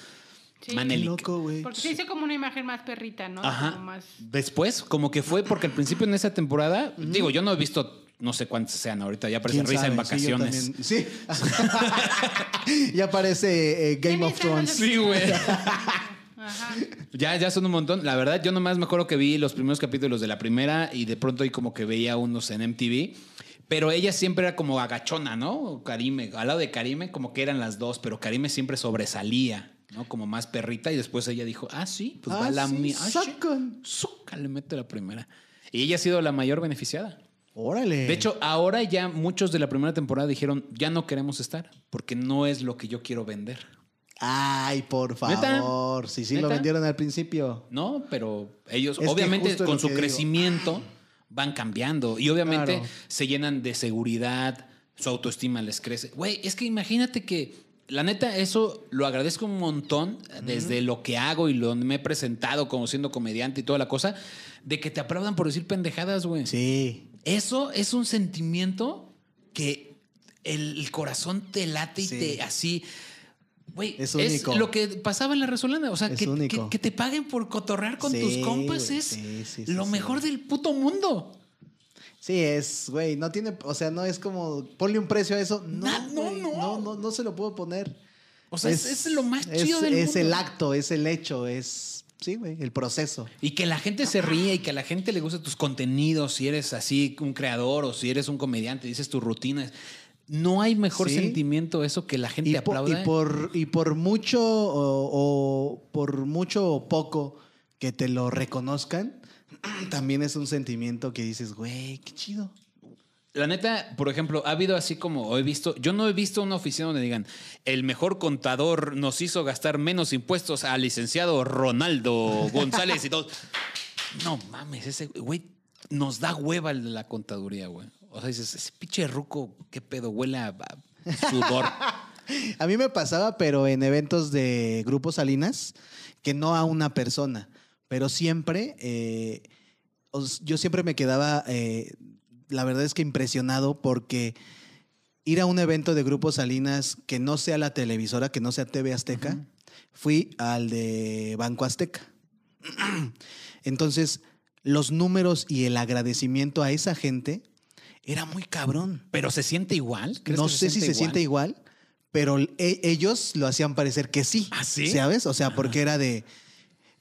S3: Sí.
S1: Qué
S2: Manelik.
S1: loco, güey.
S3: Porque se hizo como una imagen más perrita, Ah, ¿no?
S2: Ajá.
S3: Como más.
S2: Después, como que fue, porque al principio en esa temporada, digo, yo no he visto, no sé cuántas sean ahorita, ya parece
S1: ¿Quién
S2: risa en
S1: sabe? Sí, yo
S2: vacaciones.
S1: también. Sí. ya parece eh, Game
S3: Tiene
S1: of
S3: esa relación.
S1: Thrones.
S2: Sí, güey.
S3: Ajá.
S2: Ya, ya son un montón. La verdad, yo nomás me acuerdo que vi los primeros capítulos de la primera y de pronto ahí como que veía unos en MTV. Pero ella siempre era como agachona, ¿no? Karime, al lado de Karime, como que eran las dos, pero Karime siempre sobresalía, ¿no? Como más perrita y después ella dijo, ah, sí, pues va
S1: Ah,
S2: la
S1: sí,
S2: mía.
S1: sacan.
S2: le mete la primera. Y ella ha sido la mayor beneficiada.
S1: Órale.
S2: De hecho, ahora ya muchos de la primera temporada dijeron, ya no queremos estar, porque no es lo que yo quiero vender.
S1: Ay, por
S2: ¿Neta?
S1: favor. Sí, sí, lo
S2: ¿Neta?
S1: vendieron al principio.
S2: No, pero ellos,
S1: Es que
S2: obviamente,
S1: justo es lo
S2: con su
S1: que digo.
S2: crecimiento van cambiando y obviamente
S1: Claro.
S2: se llenan de seguridad, su autoestima les crece. Güey, es que imagínate que, la neta, eso lo agradezco un montón desde lo que hago y lo donde me he presentado como siendo comediante y toda la cosa, de que te aplaudan por decir pendejadas, güey.
S1: Sí.
S2: Eso es un sentimiento que el, el corazón te late y
S1: Sí.
S2: te así. Güey,
S1: Es
S2: es,
S1: único.
S2: lo que pasaba en la Resolana. O sea,
S1: Es
S2: que,
S1: único.
S2: que- que te paguen por cotorrear con
S1: Sí,
S2: tus compas
S1: güey,
S2: es
S1: sí, sí, sí,
S2: lo
S1: sí.
S2: mejor del puto mundo.
S1: Sí, es, güey, no tiene, o sea, no es como, ponle un precio a eso. No,
S2: Na- no,
S1: güey,
S2: no.
S1: no, no, no se lo puedo poner.
S2: O sea, es, es lo más
S1: es-
S2: chido del
S1: es
S2: mundo.
S1: el acto, es el hecho, es, sí, güey, el proceso.
S2: Y que la gente se ríe y que a la gente le guste tus contenidos, si eres así un creador o si eres un comediante, dices tus rutinas. No hay mejor
S1: Sí.
S2: sentimiento eso que la gente
S1: y, po- y
S2: aplauda.
S1: por, y por mucho o, o por mucho o poco que te lo reconozcan, también es un sentimiento que dices, güey, qué chido.
S2: La neta, por ejemplo, ha habido así como o he visto, yo no he visto una oficina donde digan, el mejor contador nos hizo gastar menos impuestos al licenciado Ronaldo González y todos. No mames, ese güey nos da hueva el de la contaduría, güey. O sea, dices, ese pinche ruco, qué pedo, huele a a sudor.
S1: A mí me pasaba, pero en eventos de grupos Salinas, que no a una persona, pero siempre, eh, os- yo siempre me quedaba, eh, la verdad es que impresionado porque ir a un evento de grupos Salinas que no sea la televisora, que no sea TV Azteca, fui al de Banco Azteca. Entonces, los números y el agradecimiento a esa gente era muy cabrón
S2: ¿Pero se siente igual? ¿Crees
S1: no
S2: que
S1: sé si se siente igual, pero e- ellos lo hacían parecer que sí.
S2: ¿Ah, sí?
S1: ¿Sabes? O sea, porque era de.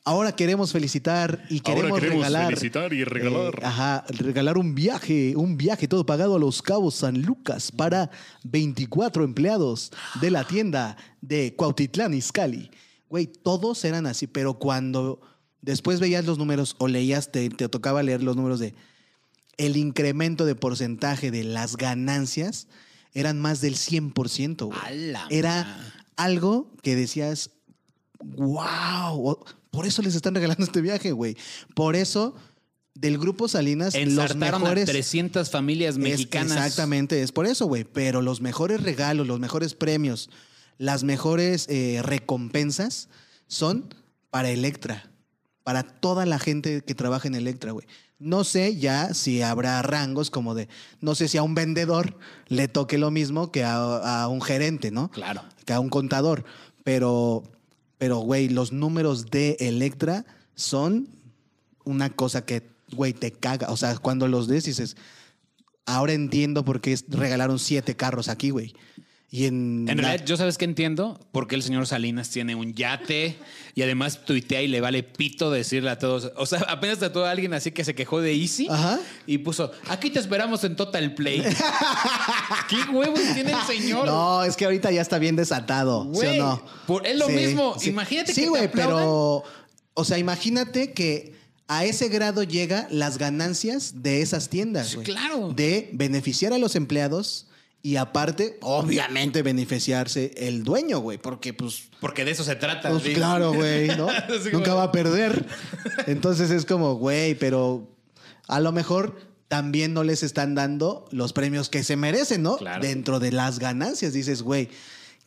S1: Ahora queremos felicitar y queremos, regalar.
S4: y
S1: eh, ajá, regalar un viaje, un viaje todo pagado a los Cabos San Lucas para 24 empleados de la tienda de Cuautitlán Izcalli. Güey, todos eran así, pero cuando después veías los números o leías, te, te tocaba leer los números de el incremento de porcentaje de las ganancias eran más del 100%. güey.
S2: A la
S1: Era
S2: madre.
S1: algo que decías, wow, por eso les están regalando este viaje, güey. Por eso, del grupo Salinas, los
S2: Ensartaron
S1: mejores...
S2: a 300 familias
S1: Es-
S2: mexicanas.
S1: exactamente, es por eso, güey. Pero los mejores regalos, los mejores premios, las mejores eh, recompensas son para Electra, para toda la gente que trabaja en Electra, güey. No sé ya si habrá rangos como de, no sé si a un vendedor le toque lo mismo que a, a un gerente, ¿no?
S2: Claro.
S1: Que a un contador. Pero, pero, güey, los números de Electra son una cosa que, güey, te caga. O sea, cuando los des dices, ahora entiendo por qué es- regalaron siete carros aquí, güey. Y en...
S2: En
S1: la-
S2: realidad, yo sabes que entiendo por qué el señor Salinas tiene un yate y además tuitea y le vale pito decirle a todos. O sea, apenas trató a alguien así que se quejó de Easy
S1: Ajá.
S2: y puso, aquí te esperamos en Total Play. ¿Qué huevos tiene el señor?
S1: No, es que ahorita ya está bien desatado, ¿sí
S2: Güey,
S1: o no?
S2: por- es lo mismo. Imagínate
S1: sí,
S2: que te
S1: güey,
S2: aplaudan.
S1: pero... O sea, imagínate que a ese grado llega las ganancias de esas tiendas,
S2: Sí,
S1: güey.
S2: claro.
S1: De beneficiar a los empleados y aparte, obviamente, beneficiarse el dueño, güey. Porque, pues,
S2: Porque de eso se trata.
S1: Pues
S2: digo.
S1: claro, güey, ¿no?
S2: Así como-
S1: Nunca va a perder. Entonces es como, güey, pero a lo mejor también no les están dando los premios que se merecen, ¿no?
S2: Claro.
S1: Dentro de las ganancias. Dices, güey,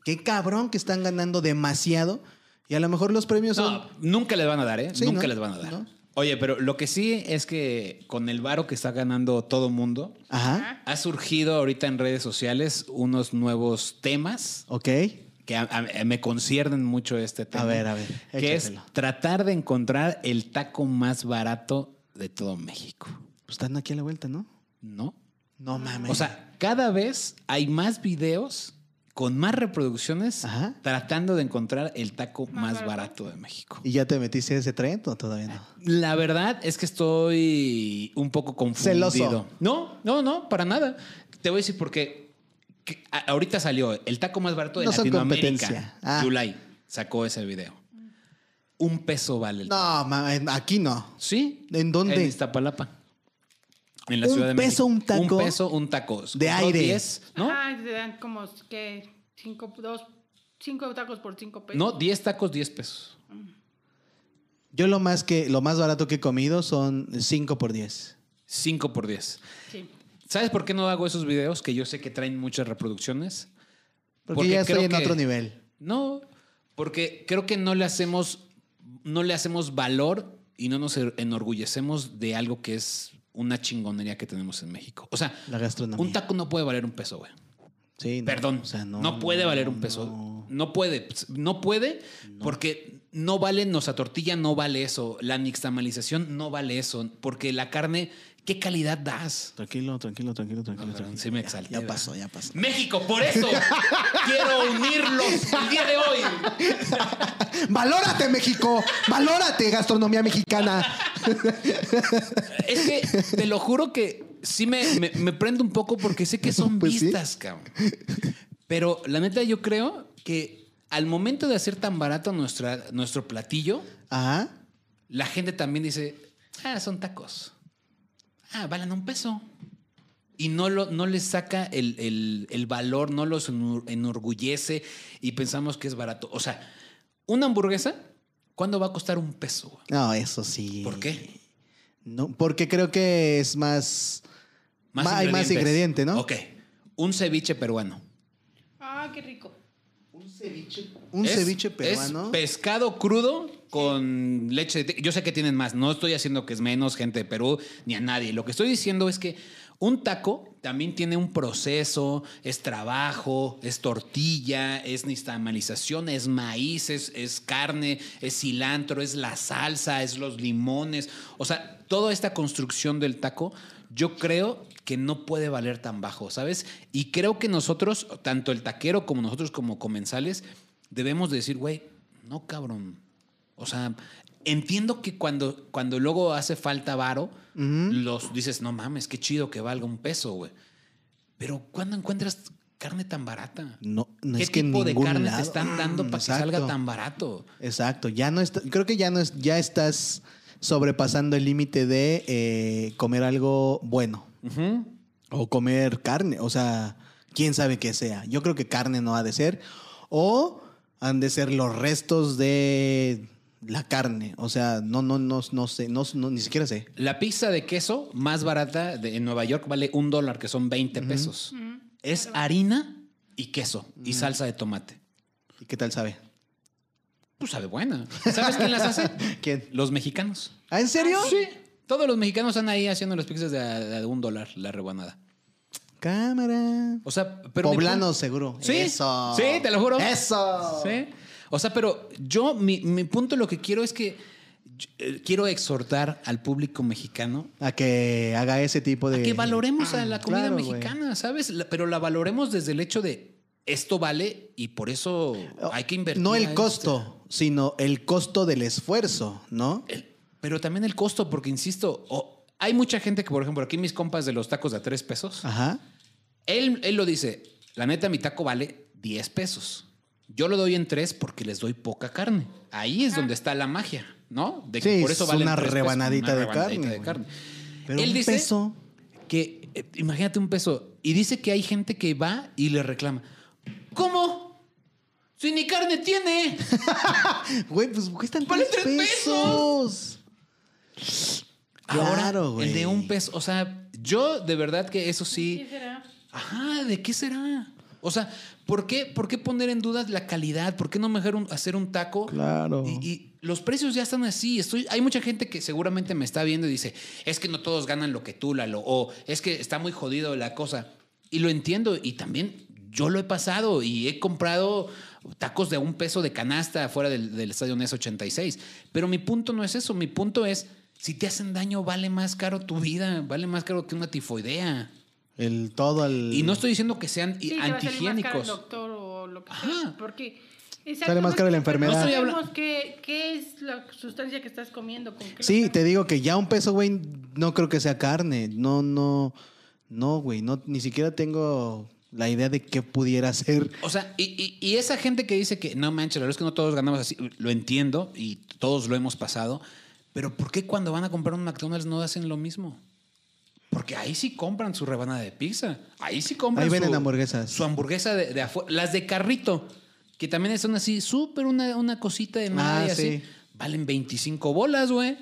S1: qué cabrón que están ganando demasiado. Y a lo mejor los premios son.
S2: No, nunca les van a dar, ¿eh?
S1: Sí,
S2: nunca
S1: ¿no?
S2: les van a dar.
S1: No.
S2: Oye, pero lo que sí es que con el varo que está ganando todo mundo,
S1: Ajá.
S2: Ha surgido ahorita en redes sociales unos nuevos temas
S1: Ok. Pues
S2: que a- a- me conciernen mucho este tema.
S1: A ver, a ver,
S2: Que es
S1: échatelo.
S2: tratar de encontrar el taco más barato de todo México,
S1: Pues están aquí a la vuelta, ¿no?
S2: ¿no?
S1: No mames.
S2: O sea, cada vez hay más videos con más reproducciones
S1: Ajá.
S2: tratando de encontrar el taco
S3: Más
S2: más
S3: barato.
S2: barato de México.
S1: ¿Y ya te metiste a ese tren o todavía no?
S2: La verdad es que estoy un poco confundido.
S1: Celoso.
S2: No, no, no, para nada. Te voy a decir por qué. Que a- ahorita salió el taco más barato de
S1: No son competencia.
S2: Latinoamérica.
S1: Ah.
S2: July sacó ese video. Un peso vale el taco.
S1: No, ma- en- aquí no.
S2: ¿Sí?
S1: ¿En dónde?
S2: En Iztapalapa. En la
S1: ¿Un
S2: Ciudad de
S1: peso,
S2: México.
S1: un taco?
S2: Un peso, un taco.
S1: De
S2: Costó
S1: aire.
S2: 10, ¿no?
S3: Ajá, te dan como que cinco, dos, cinco tacos por cinco pesos.
S2: No, 10 tacos, 10 pesos.
S1: Yo lo más que, lo más barato que he comido son 5 por 10.
S2: 5 por 10.
S3: Sí.
S2: ¿Sabes por qué no hago esos videos que yo sé que traen muchas reproducciones?
S1: Porque,
S2: Porque
S1: ya estoy
S2: creo
S1: en
S2: que-
S1: otro nivel.
S2: No, porque creo que no le hacemos, no le hacemos valor y no nos er- enorgullecemos de algo que es una chingonería que tenemos en México. O sea,
S1: La gastronomía.
S2: un taco no puede valer un peso, güey.
S1: Sí, no,
S2: Perdón.
S1: o sea,
S2: no,
S1: no,
S2: puede
S1: no,
S2: valer un peso. No,
S1: no.
S2: puede. No puede porque no vale, nuestra tortilla no vale eso. La nixtamalización no vale eso. Porque la carne, ¿qué calidad das?
S1: Tranquilo, tranquilo, tranquilo, tranquilo.
S2: perdón,
S1: tranquilo.
S2: sí me
S1: Ya,
S2: exalté,
S1: Ya,
S2: ¿verdad?
S1: pasó, ya pasó.
S2: México, por eso quiero unirlos el día de hoy.
S1: ¡Valórate, México! ¡Valórate, gastronomía mexicana!
S2: Es que te lo juro que sí me, me- me prendo un poco porque sé que son
S1: Pues sí.
S2: vistas, cabrón. Pero la neta, yo creo que al momento de hacer tan barato nuestra, nuestro platillo,
S1: Ajá.
S2: la gente también dice, ah, son tacos. Ah, valen un peso. Y no, lo, no les saca el, el- el valor, no los enor- enorgullece y pensamos que es barato. O sea, una hamburguesa, ¿cuándo va a costar un peso? güey?
S1: No, eso sí.
S2: ¿Por qué?
S1: No, porque creo que es más. Ma- hay más ingrediente, ¿no?
S2: Ok. Un ceviche peruano.
S3: Ah, qué rico.
S1: Un ceviche. Un
S2: Es-
S1: ceviche
S2: Es
S1: peruano.
S2: pescado crudo con leche de tigre. Yo sé que tienen más. No estoy haciendo que es menos gente de Perú ni a nadie. Lo que estoy diciendo es que un taco también tiene un proceso, es trabajo, es tortilla, es nixtamalización, es maíz, es, es carne, es cilantro, es la salsa, es los limones. O sea, toda esta construcción del taco, yo creo que no puede valer tan bajo, ¿sabes? Y creo que nosotros, tanto el taquero como nosotros como comensales, debemos decir, güey, no cabrón. O sea, entiendo que cuando, cuando luego hace falta varo, los dices, no mames, qué chido que valga un peso, güey. Pero ¿cuándo encuentras carne tan barata?
S1: no, no
S2: ¿Qué
S1: es que en
S2: tipo de
S1: ningún
S2: carne
S1: lado.
S2: te están dando
S1: Mm,
S2: para que
S1: exacto.
S2: salga tan barato?
S1: Exacto, ya no está, creo que ya no es, ya estás sobrepasando el límite de eh, comer algo bueno o comer carne, o sea, quién sabe qué sea. Yo creo que carne no ha de ser o han de ser los restos de la carne, o sea, no no no no sé, no, no, ni siquiera sé.
S2: La pizza de queso más barata de, en Nueva York vale un dólar, que son 20 pesos. Es harina y queso y salsa de tomate.
S1: ¿Y qué tal sabe?
S2: Pues sabe buena. ¿Sabes quién las hace?
S1: ¿Quién?
S2: Los mexicanos.
S1: ¿Ah, en serio?
S2: Sí. Todos los mexicanos están ahí haciendo las pizzas de, a- de a un dólar la rebanada.
S1: Cámara.
S2: O sea, pero.
S1: Poblano
S2: Poblanos
S1: seguro.
S2: Sí.
S1: Eso.
S2: Sí, te lo juro.
S1: Eso.
S2: Sí. O sea, pero yo, mi, mi punto lo que quiero es que yo, eh, quiero exhortar al público mexicano
S1: A que haga ese tipo de
S2: a que valoremos a la comida
S1: Claro, güey.
S2: mexicana, ¿sabes? La- pero la valoremos desde el hecho de esto vale y por eso hay que invertir.
S1: Oh, No
S2: a
S1: el
S2: esto.
S1: costo, sino el costo del esfuerzo, ¿no?
S2: El- pero también el costo, porque insisto, o- hay mucha gente que, por ejemplo, aquí mis compas de los tacos de a tres pesos.
S1: Ajá.
S2: Él, él lo dice, la neta, mi taco vale 10 pesos. Yo lo doy en 3 porque les doy poca carne. Ahí es donde está la magia, ¿no? De
S1: Sí, es
S2: valen
S1: una
S2: tres pesos,
S1: rebanadita de carne, güey. Pero
S2: Él
S1: un
S2: dice
S1: peso.
S2: que, eh, imagínate un peso, y dice que hay gente que va y le reclama, ¿cómo? Si ni carne tiene.
S1: Güey, pues cuestan
S2: Vale
S1: tres
S2: tres
S1: pesos.
S2: Ahora,
S1: Claro, güey.
S2: el de un peso, o sea, yo de verdad que eso sí...
S3: ¿Qué será?
S2: Ajá, ¿de qué será? O sea, ¿por qué, por qué poner en duda la calidad? ¿Por qué no mejor un- hacer un taco?
S1: Claro.
S2: Y, y los precios ya están así. Estoy, hay mucha gente que seguramente me está viendo y dice, es que no todos ganan lo que tú, Lalo, o es que está muy jodido la cosa. Y lo entiendo y también yo lo he pasado y he comprado tacos de un peso de canasta afuera del, del Estadio NES 86. Pero mi punto no es eso, mi punto es, si te hacen daño, vale más caro tu vida, vale más caro que una tifoidea.
S1: El todo al.
S2: Y no estoy diciendo que sean
S3: Sí, te va a salir más caro el
S2: antihigiénicos.
S3: doctor o lo que sea,
S2: Ajá.
S3: Porque
S1: Sale más cara la enfermedad.
S2: No
S3: No
S2: estoy habla-
S3: sabemos qué, qué es la sustancia que estás comiendo. Con qué lo
S1: Sí,
S3: estás-
S1: te digo que ya un peso, güey, no creo que sea carne. No, no. No, güey. No, ni siquiera tengo la idea de qué pudiera ser.
S2: O sea, y, y- y esa gente que dice que no manches, la verdad es que no todos ganamos así, lo entiendo y todos lo hemos pasado, pero ¿por qué cuando van a comprar un McDonald's no hacen lo mismo? Porque ahí sí compran su rebanada de pizza, ahí sí compran
S1: Ahí venden
S2: su,
S1: hamburguesas.
S2: su hamburguesa de, de afuera, las de carrito, que también son así, súper una, una cosita de nada
S1: Ah,
S2: y así,
S1: sí.
S2: valen 25 bolas, güey,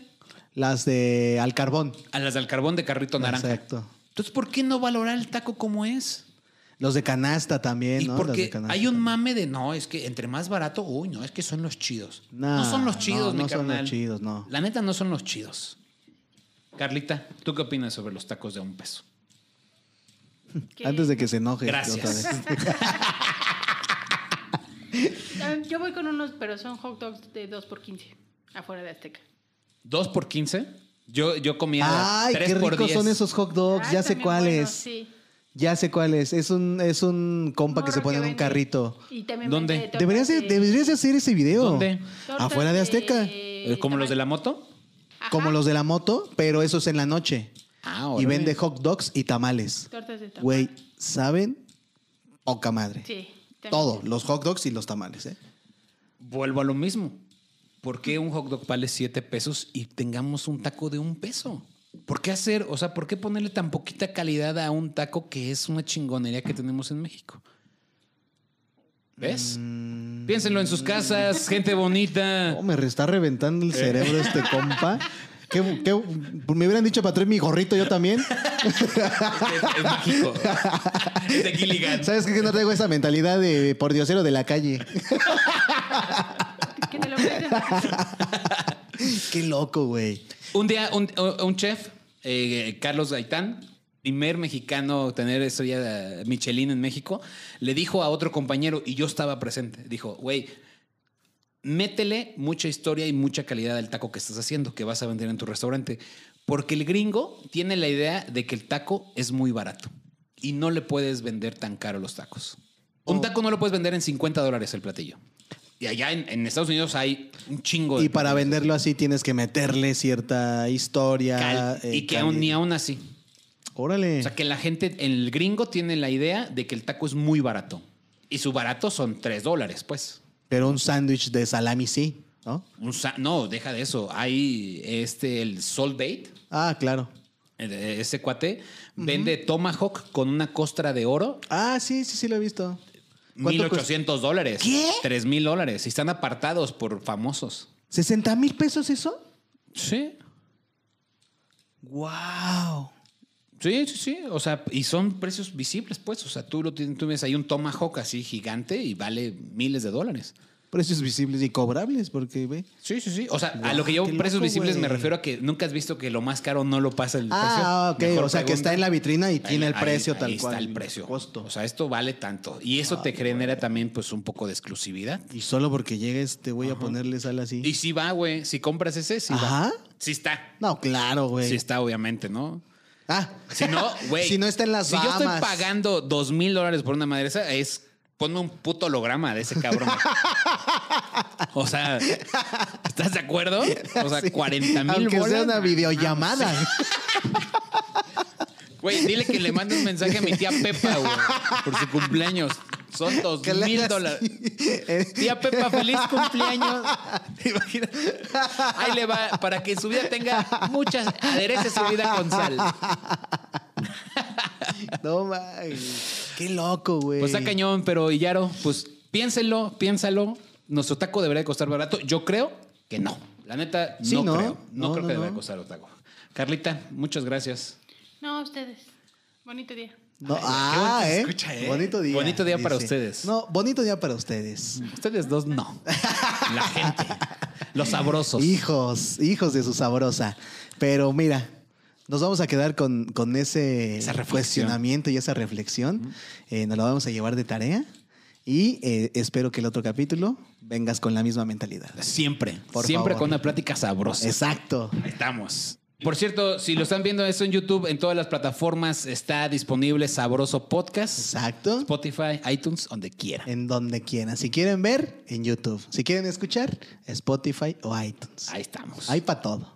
S1: Las de al carbón.
S2: a las del carbón de carrito naranja.
S1: Exacto.
S2: Entonces, ¿por qué no valorar el taco como es?
S1: Los de canasta también,
S2: Y
S1: ¿no? Los de
S2: porque
S1: canasta
S2: hay un
S1: también.
S2: mame de no, es que entre más barato, uy, no, es que son los chidos.
S1: Nah,
S2: no son los chidos,
S1: no,
S2: mi
S1: no son los
S2: carnal.
S1: chidos, no.
S2: La neta no son los chidos. Carlita, ¿tú qué opinas sobre los tacos de un peso?
S3: Que-
S1: Antes de que se enoje. otra
S2: Gracias.
S1: vez.
S3: Ah, Yo voy con unos, pero son hot dogs de 2 por 15 afuera de Azteca.
S2: ¿Dos por 15? Yo, yo comía
S1: Ay,
S2: tres
S1: qué
S2: por
S1: ricos
S2: 10.
S1: son esos hot dogs.
S3: Ah,
S1: ya sé
S3: también
S1: cuál
S3: bueno,
S1: es.
S3: sí.
S1: Ya sé cuál es. Es un, es un compa que
S3: Morro
S1: se pone en un
S3: vende.
S1: carrito.
S3: Y también
S2: ¿Dónde?
S3: vende tortas
S1: Deberías de,
S3: de-
S1: deberías de hacer ese video.
S2: ¿Dónde?
S3: tortas
S1: Afuera de Azteca.
S2: Eh, ¿Como los de la moto?
S3: Ajá,
S1: Como los de la moto, pero eso es en la noche.
S2: Ah,
S1: y
S2: órale.
S1: vende hot dogs y tamales.
S3: Tortas de tamal.
S1: Güey, ¿saben? Poca madre.
S3: Sí. también.
S1: Todo, los hot dogs y los tamales, ¿eh?
S2: Vuelvo a lo mismo. ¿Por qué un hot dog vale 7 pesos y tengamos un taco de un peso? ¿Por qué hacer, o sea, por qué ponerle tan poquita calidad a un taco que es una chingonería que tenemos en México? ¿Ves? Piénsenlo en sus casas, gente bonita.
S1: Oh, me re- está reventando el cerebro este compa. ¿Qué, qué- me hubieran dicho para traer mi gorrito yo también.
S2: Es, es mágico. es de Gilligan.
S1: ¿Sabes qué? Que no traigo esa mentalidad de por diosero de la calle.
S3: Que te lo ofrecen.
S1: Qué loco, güey.
S2: Un día, un, un chef, eh, Carlos Gaitán, primer mexicano a tener estrella Michelin en México, le dijo a otro compañero, y yo estaba presente, dijo, güey, métele mucha historia y mucha calidad al taco que estás haciendo, que vas a vender en tu restaurante. Porque el gringo tiene la idea de que el taco es muy barato y no le puedes vender tan caro los tacos.
S1: Oh.
S2: Un taco no lo puedes vender en 50 dólares el platillo. Y allá en, en Estados Unidos hay un chingo de...
S1: Y para
S2: platillos.
S1: venderlo así tienes que meterle cierta historia.
S2: Cal-
S1: eh,
S2: y que aún, ni
S1: calidad.
S2: aún así.
S1: Órale.
S2: O sea, que la gente, el gringo tiene la idea de que el taco es muy barato. Y su barato son 3 dólares, pues.
S1: Pero un sándwich de salami sí, ¿no?
S2: Un sa- no, deja de eso. Hay este, el Salt Bait,
S1: Ah, claro.
S2: el- ese cuate, vende Tomahawk con una costra de oro.
S1: Ah, sí, sí, sí lo he visto. ¿Cuánto cuesta?
S2: 1800 dólares.
S1: ¿Qué?
S2: 3000 dólares. Y están apartados por famosos.
S1: ¿60 mil pesos eso?
S2: Sí.
S1: ¡Wow!
S2: Sí, sí, sí. O sea, y son precios visibles, pues. O sea, tú, lo tienes, tú ves ahí un Tomahawk así gigante y vale miles de dólares.
S1: Precios visibles y cobrables, porque ve.
S2: Sí, sí, sí. O sea, a
S1: Guau,
S2: lo que yo
S1: qué
S2: precios
S1: loco,
S2: visibles me
S1: güey.
S2: refiero a que nunca has visto que lo más caro no lo pasa el precio.
S1: Ah, ok.
S2: Mejor
S1: o sea, que
S2: pregunta.
S1: está en la vitrina y
S2: Ahí-
S1: tiene el
S2: ahí-
S1: precio
S2: ahí
S1: tal
S2: está
S1: cual.
S2: el precio.
S1: Costo.
S2: O sea, esto vale tanto. Y eso te genera también pues un poco de exclusividad.
S1: y solo porque llegues te voy a ponerle sal así.
S2: Y si va, güey. Si compras ese, sí va.
S1: Ajá.
S2: Sí está.
S1: No, claro, güey.
S2: Sí está, obviamente, ¿no?
S1: Ah.
S2: Si no, güey.
S1: Si no está en las
S2: Si yo estoy
S1: Bahamas.
S2: pagando dos mil dólares por una madresa, es. Ponme un puto holograma de ese cabrón. o sea, ¿estás de acuerdo? O sea,
S1: Sí.
S2: 40 mil
S1: Aunque
S2: bolas.
S1: sea una videollamada.
S2: Güey, dile que le mande un mensaje a mi tía Pepa, güey, por su cumpleaños. Son dos
S1: Que le Eh,
S2: mil
S1: hagas
S2: dólares.
S1: así.
S2: Tía Pepa, feliz cumpleaños. ¿Te imaginas? Ahí le va, para que su vida tenga muchas, aderece su vida con sal.
S1: no, man. Qué loco, güey.
S2: Pues está cañón, pero Illaro, pues piénselo, piénsalo. Nuestro taco debería de costar barato. Yo creo que no. La neta,
S1: Sí,
S2: no,
S1: ¿no?
S2: creo. No,
S1: No,
S2: creo
S1: no,
S2: que debería
S1: no.
S2: costar un taco. Carlita, muchas gracias.
S3: No, ustedes. Bonito día.
S1: No,
S2: Ay, qué
S1: ah,
S2: bonito se
S1: eh.
S2: escucha, eh.
S1: Bonito día.
S2: Bonito día para ustedes.
S1: No, bonito día para ustedes.
S2: Ustedes dos no. La gente. Los sabrosos.
S1: Hijos, hijos de su sabrosa. Pero mira, nos vamos a quedar con, con ese
S2: Esa reflexión.
S1: cuestionamiento y esa reflexión. Eh, nos la vamos a llevar de tarea. Y eh, espero que el otro capítulo vengas con la misma mentalidad.
S2: Siempre.
S1: Por
S2: siempre
S1: favor.
S2: con una plática sabrosa.
S1: Exacto.
S2: Ahí Estamos. Por cierto, si lo están viendo esto en YouTube, en todas las plataformas está disponible Sabroso Podcast,
S1: Exacto.
S2: Spotify, iTunes, donde quiera.
S1: En donde quieran. Si quieren ver, en YouTube. Si quieren escuchar, Spotify o iTunes.
S2: Ahí estamos.
S1: Hay para todo.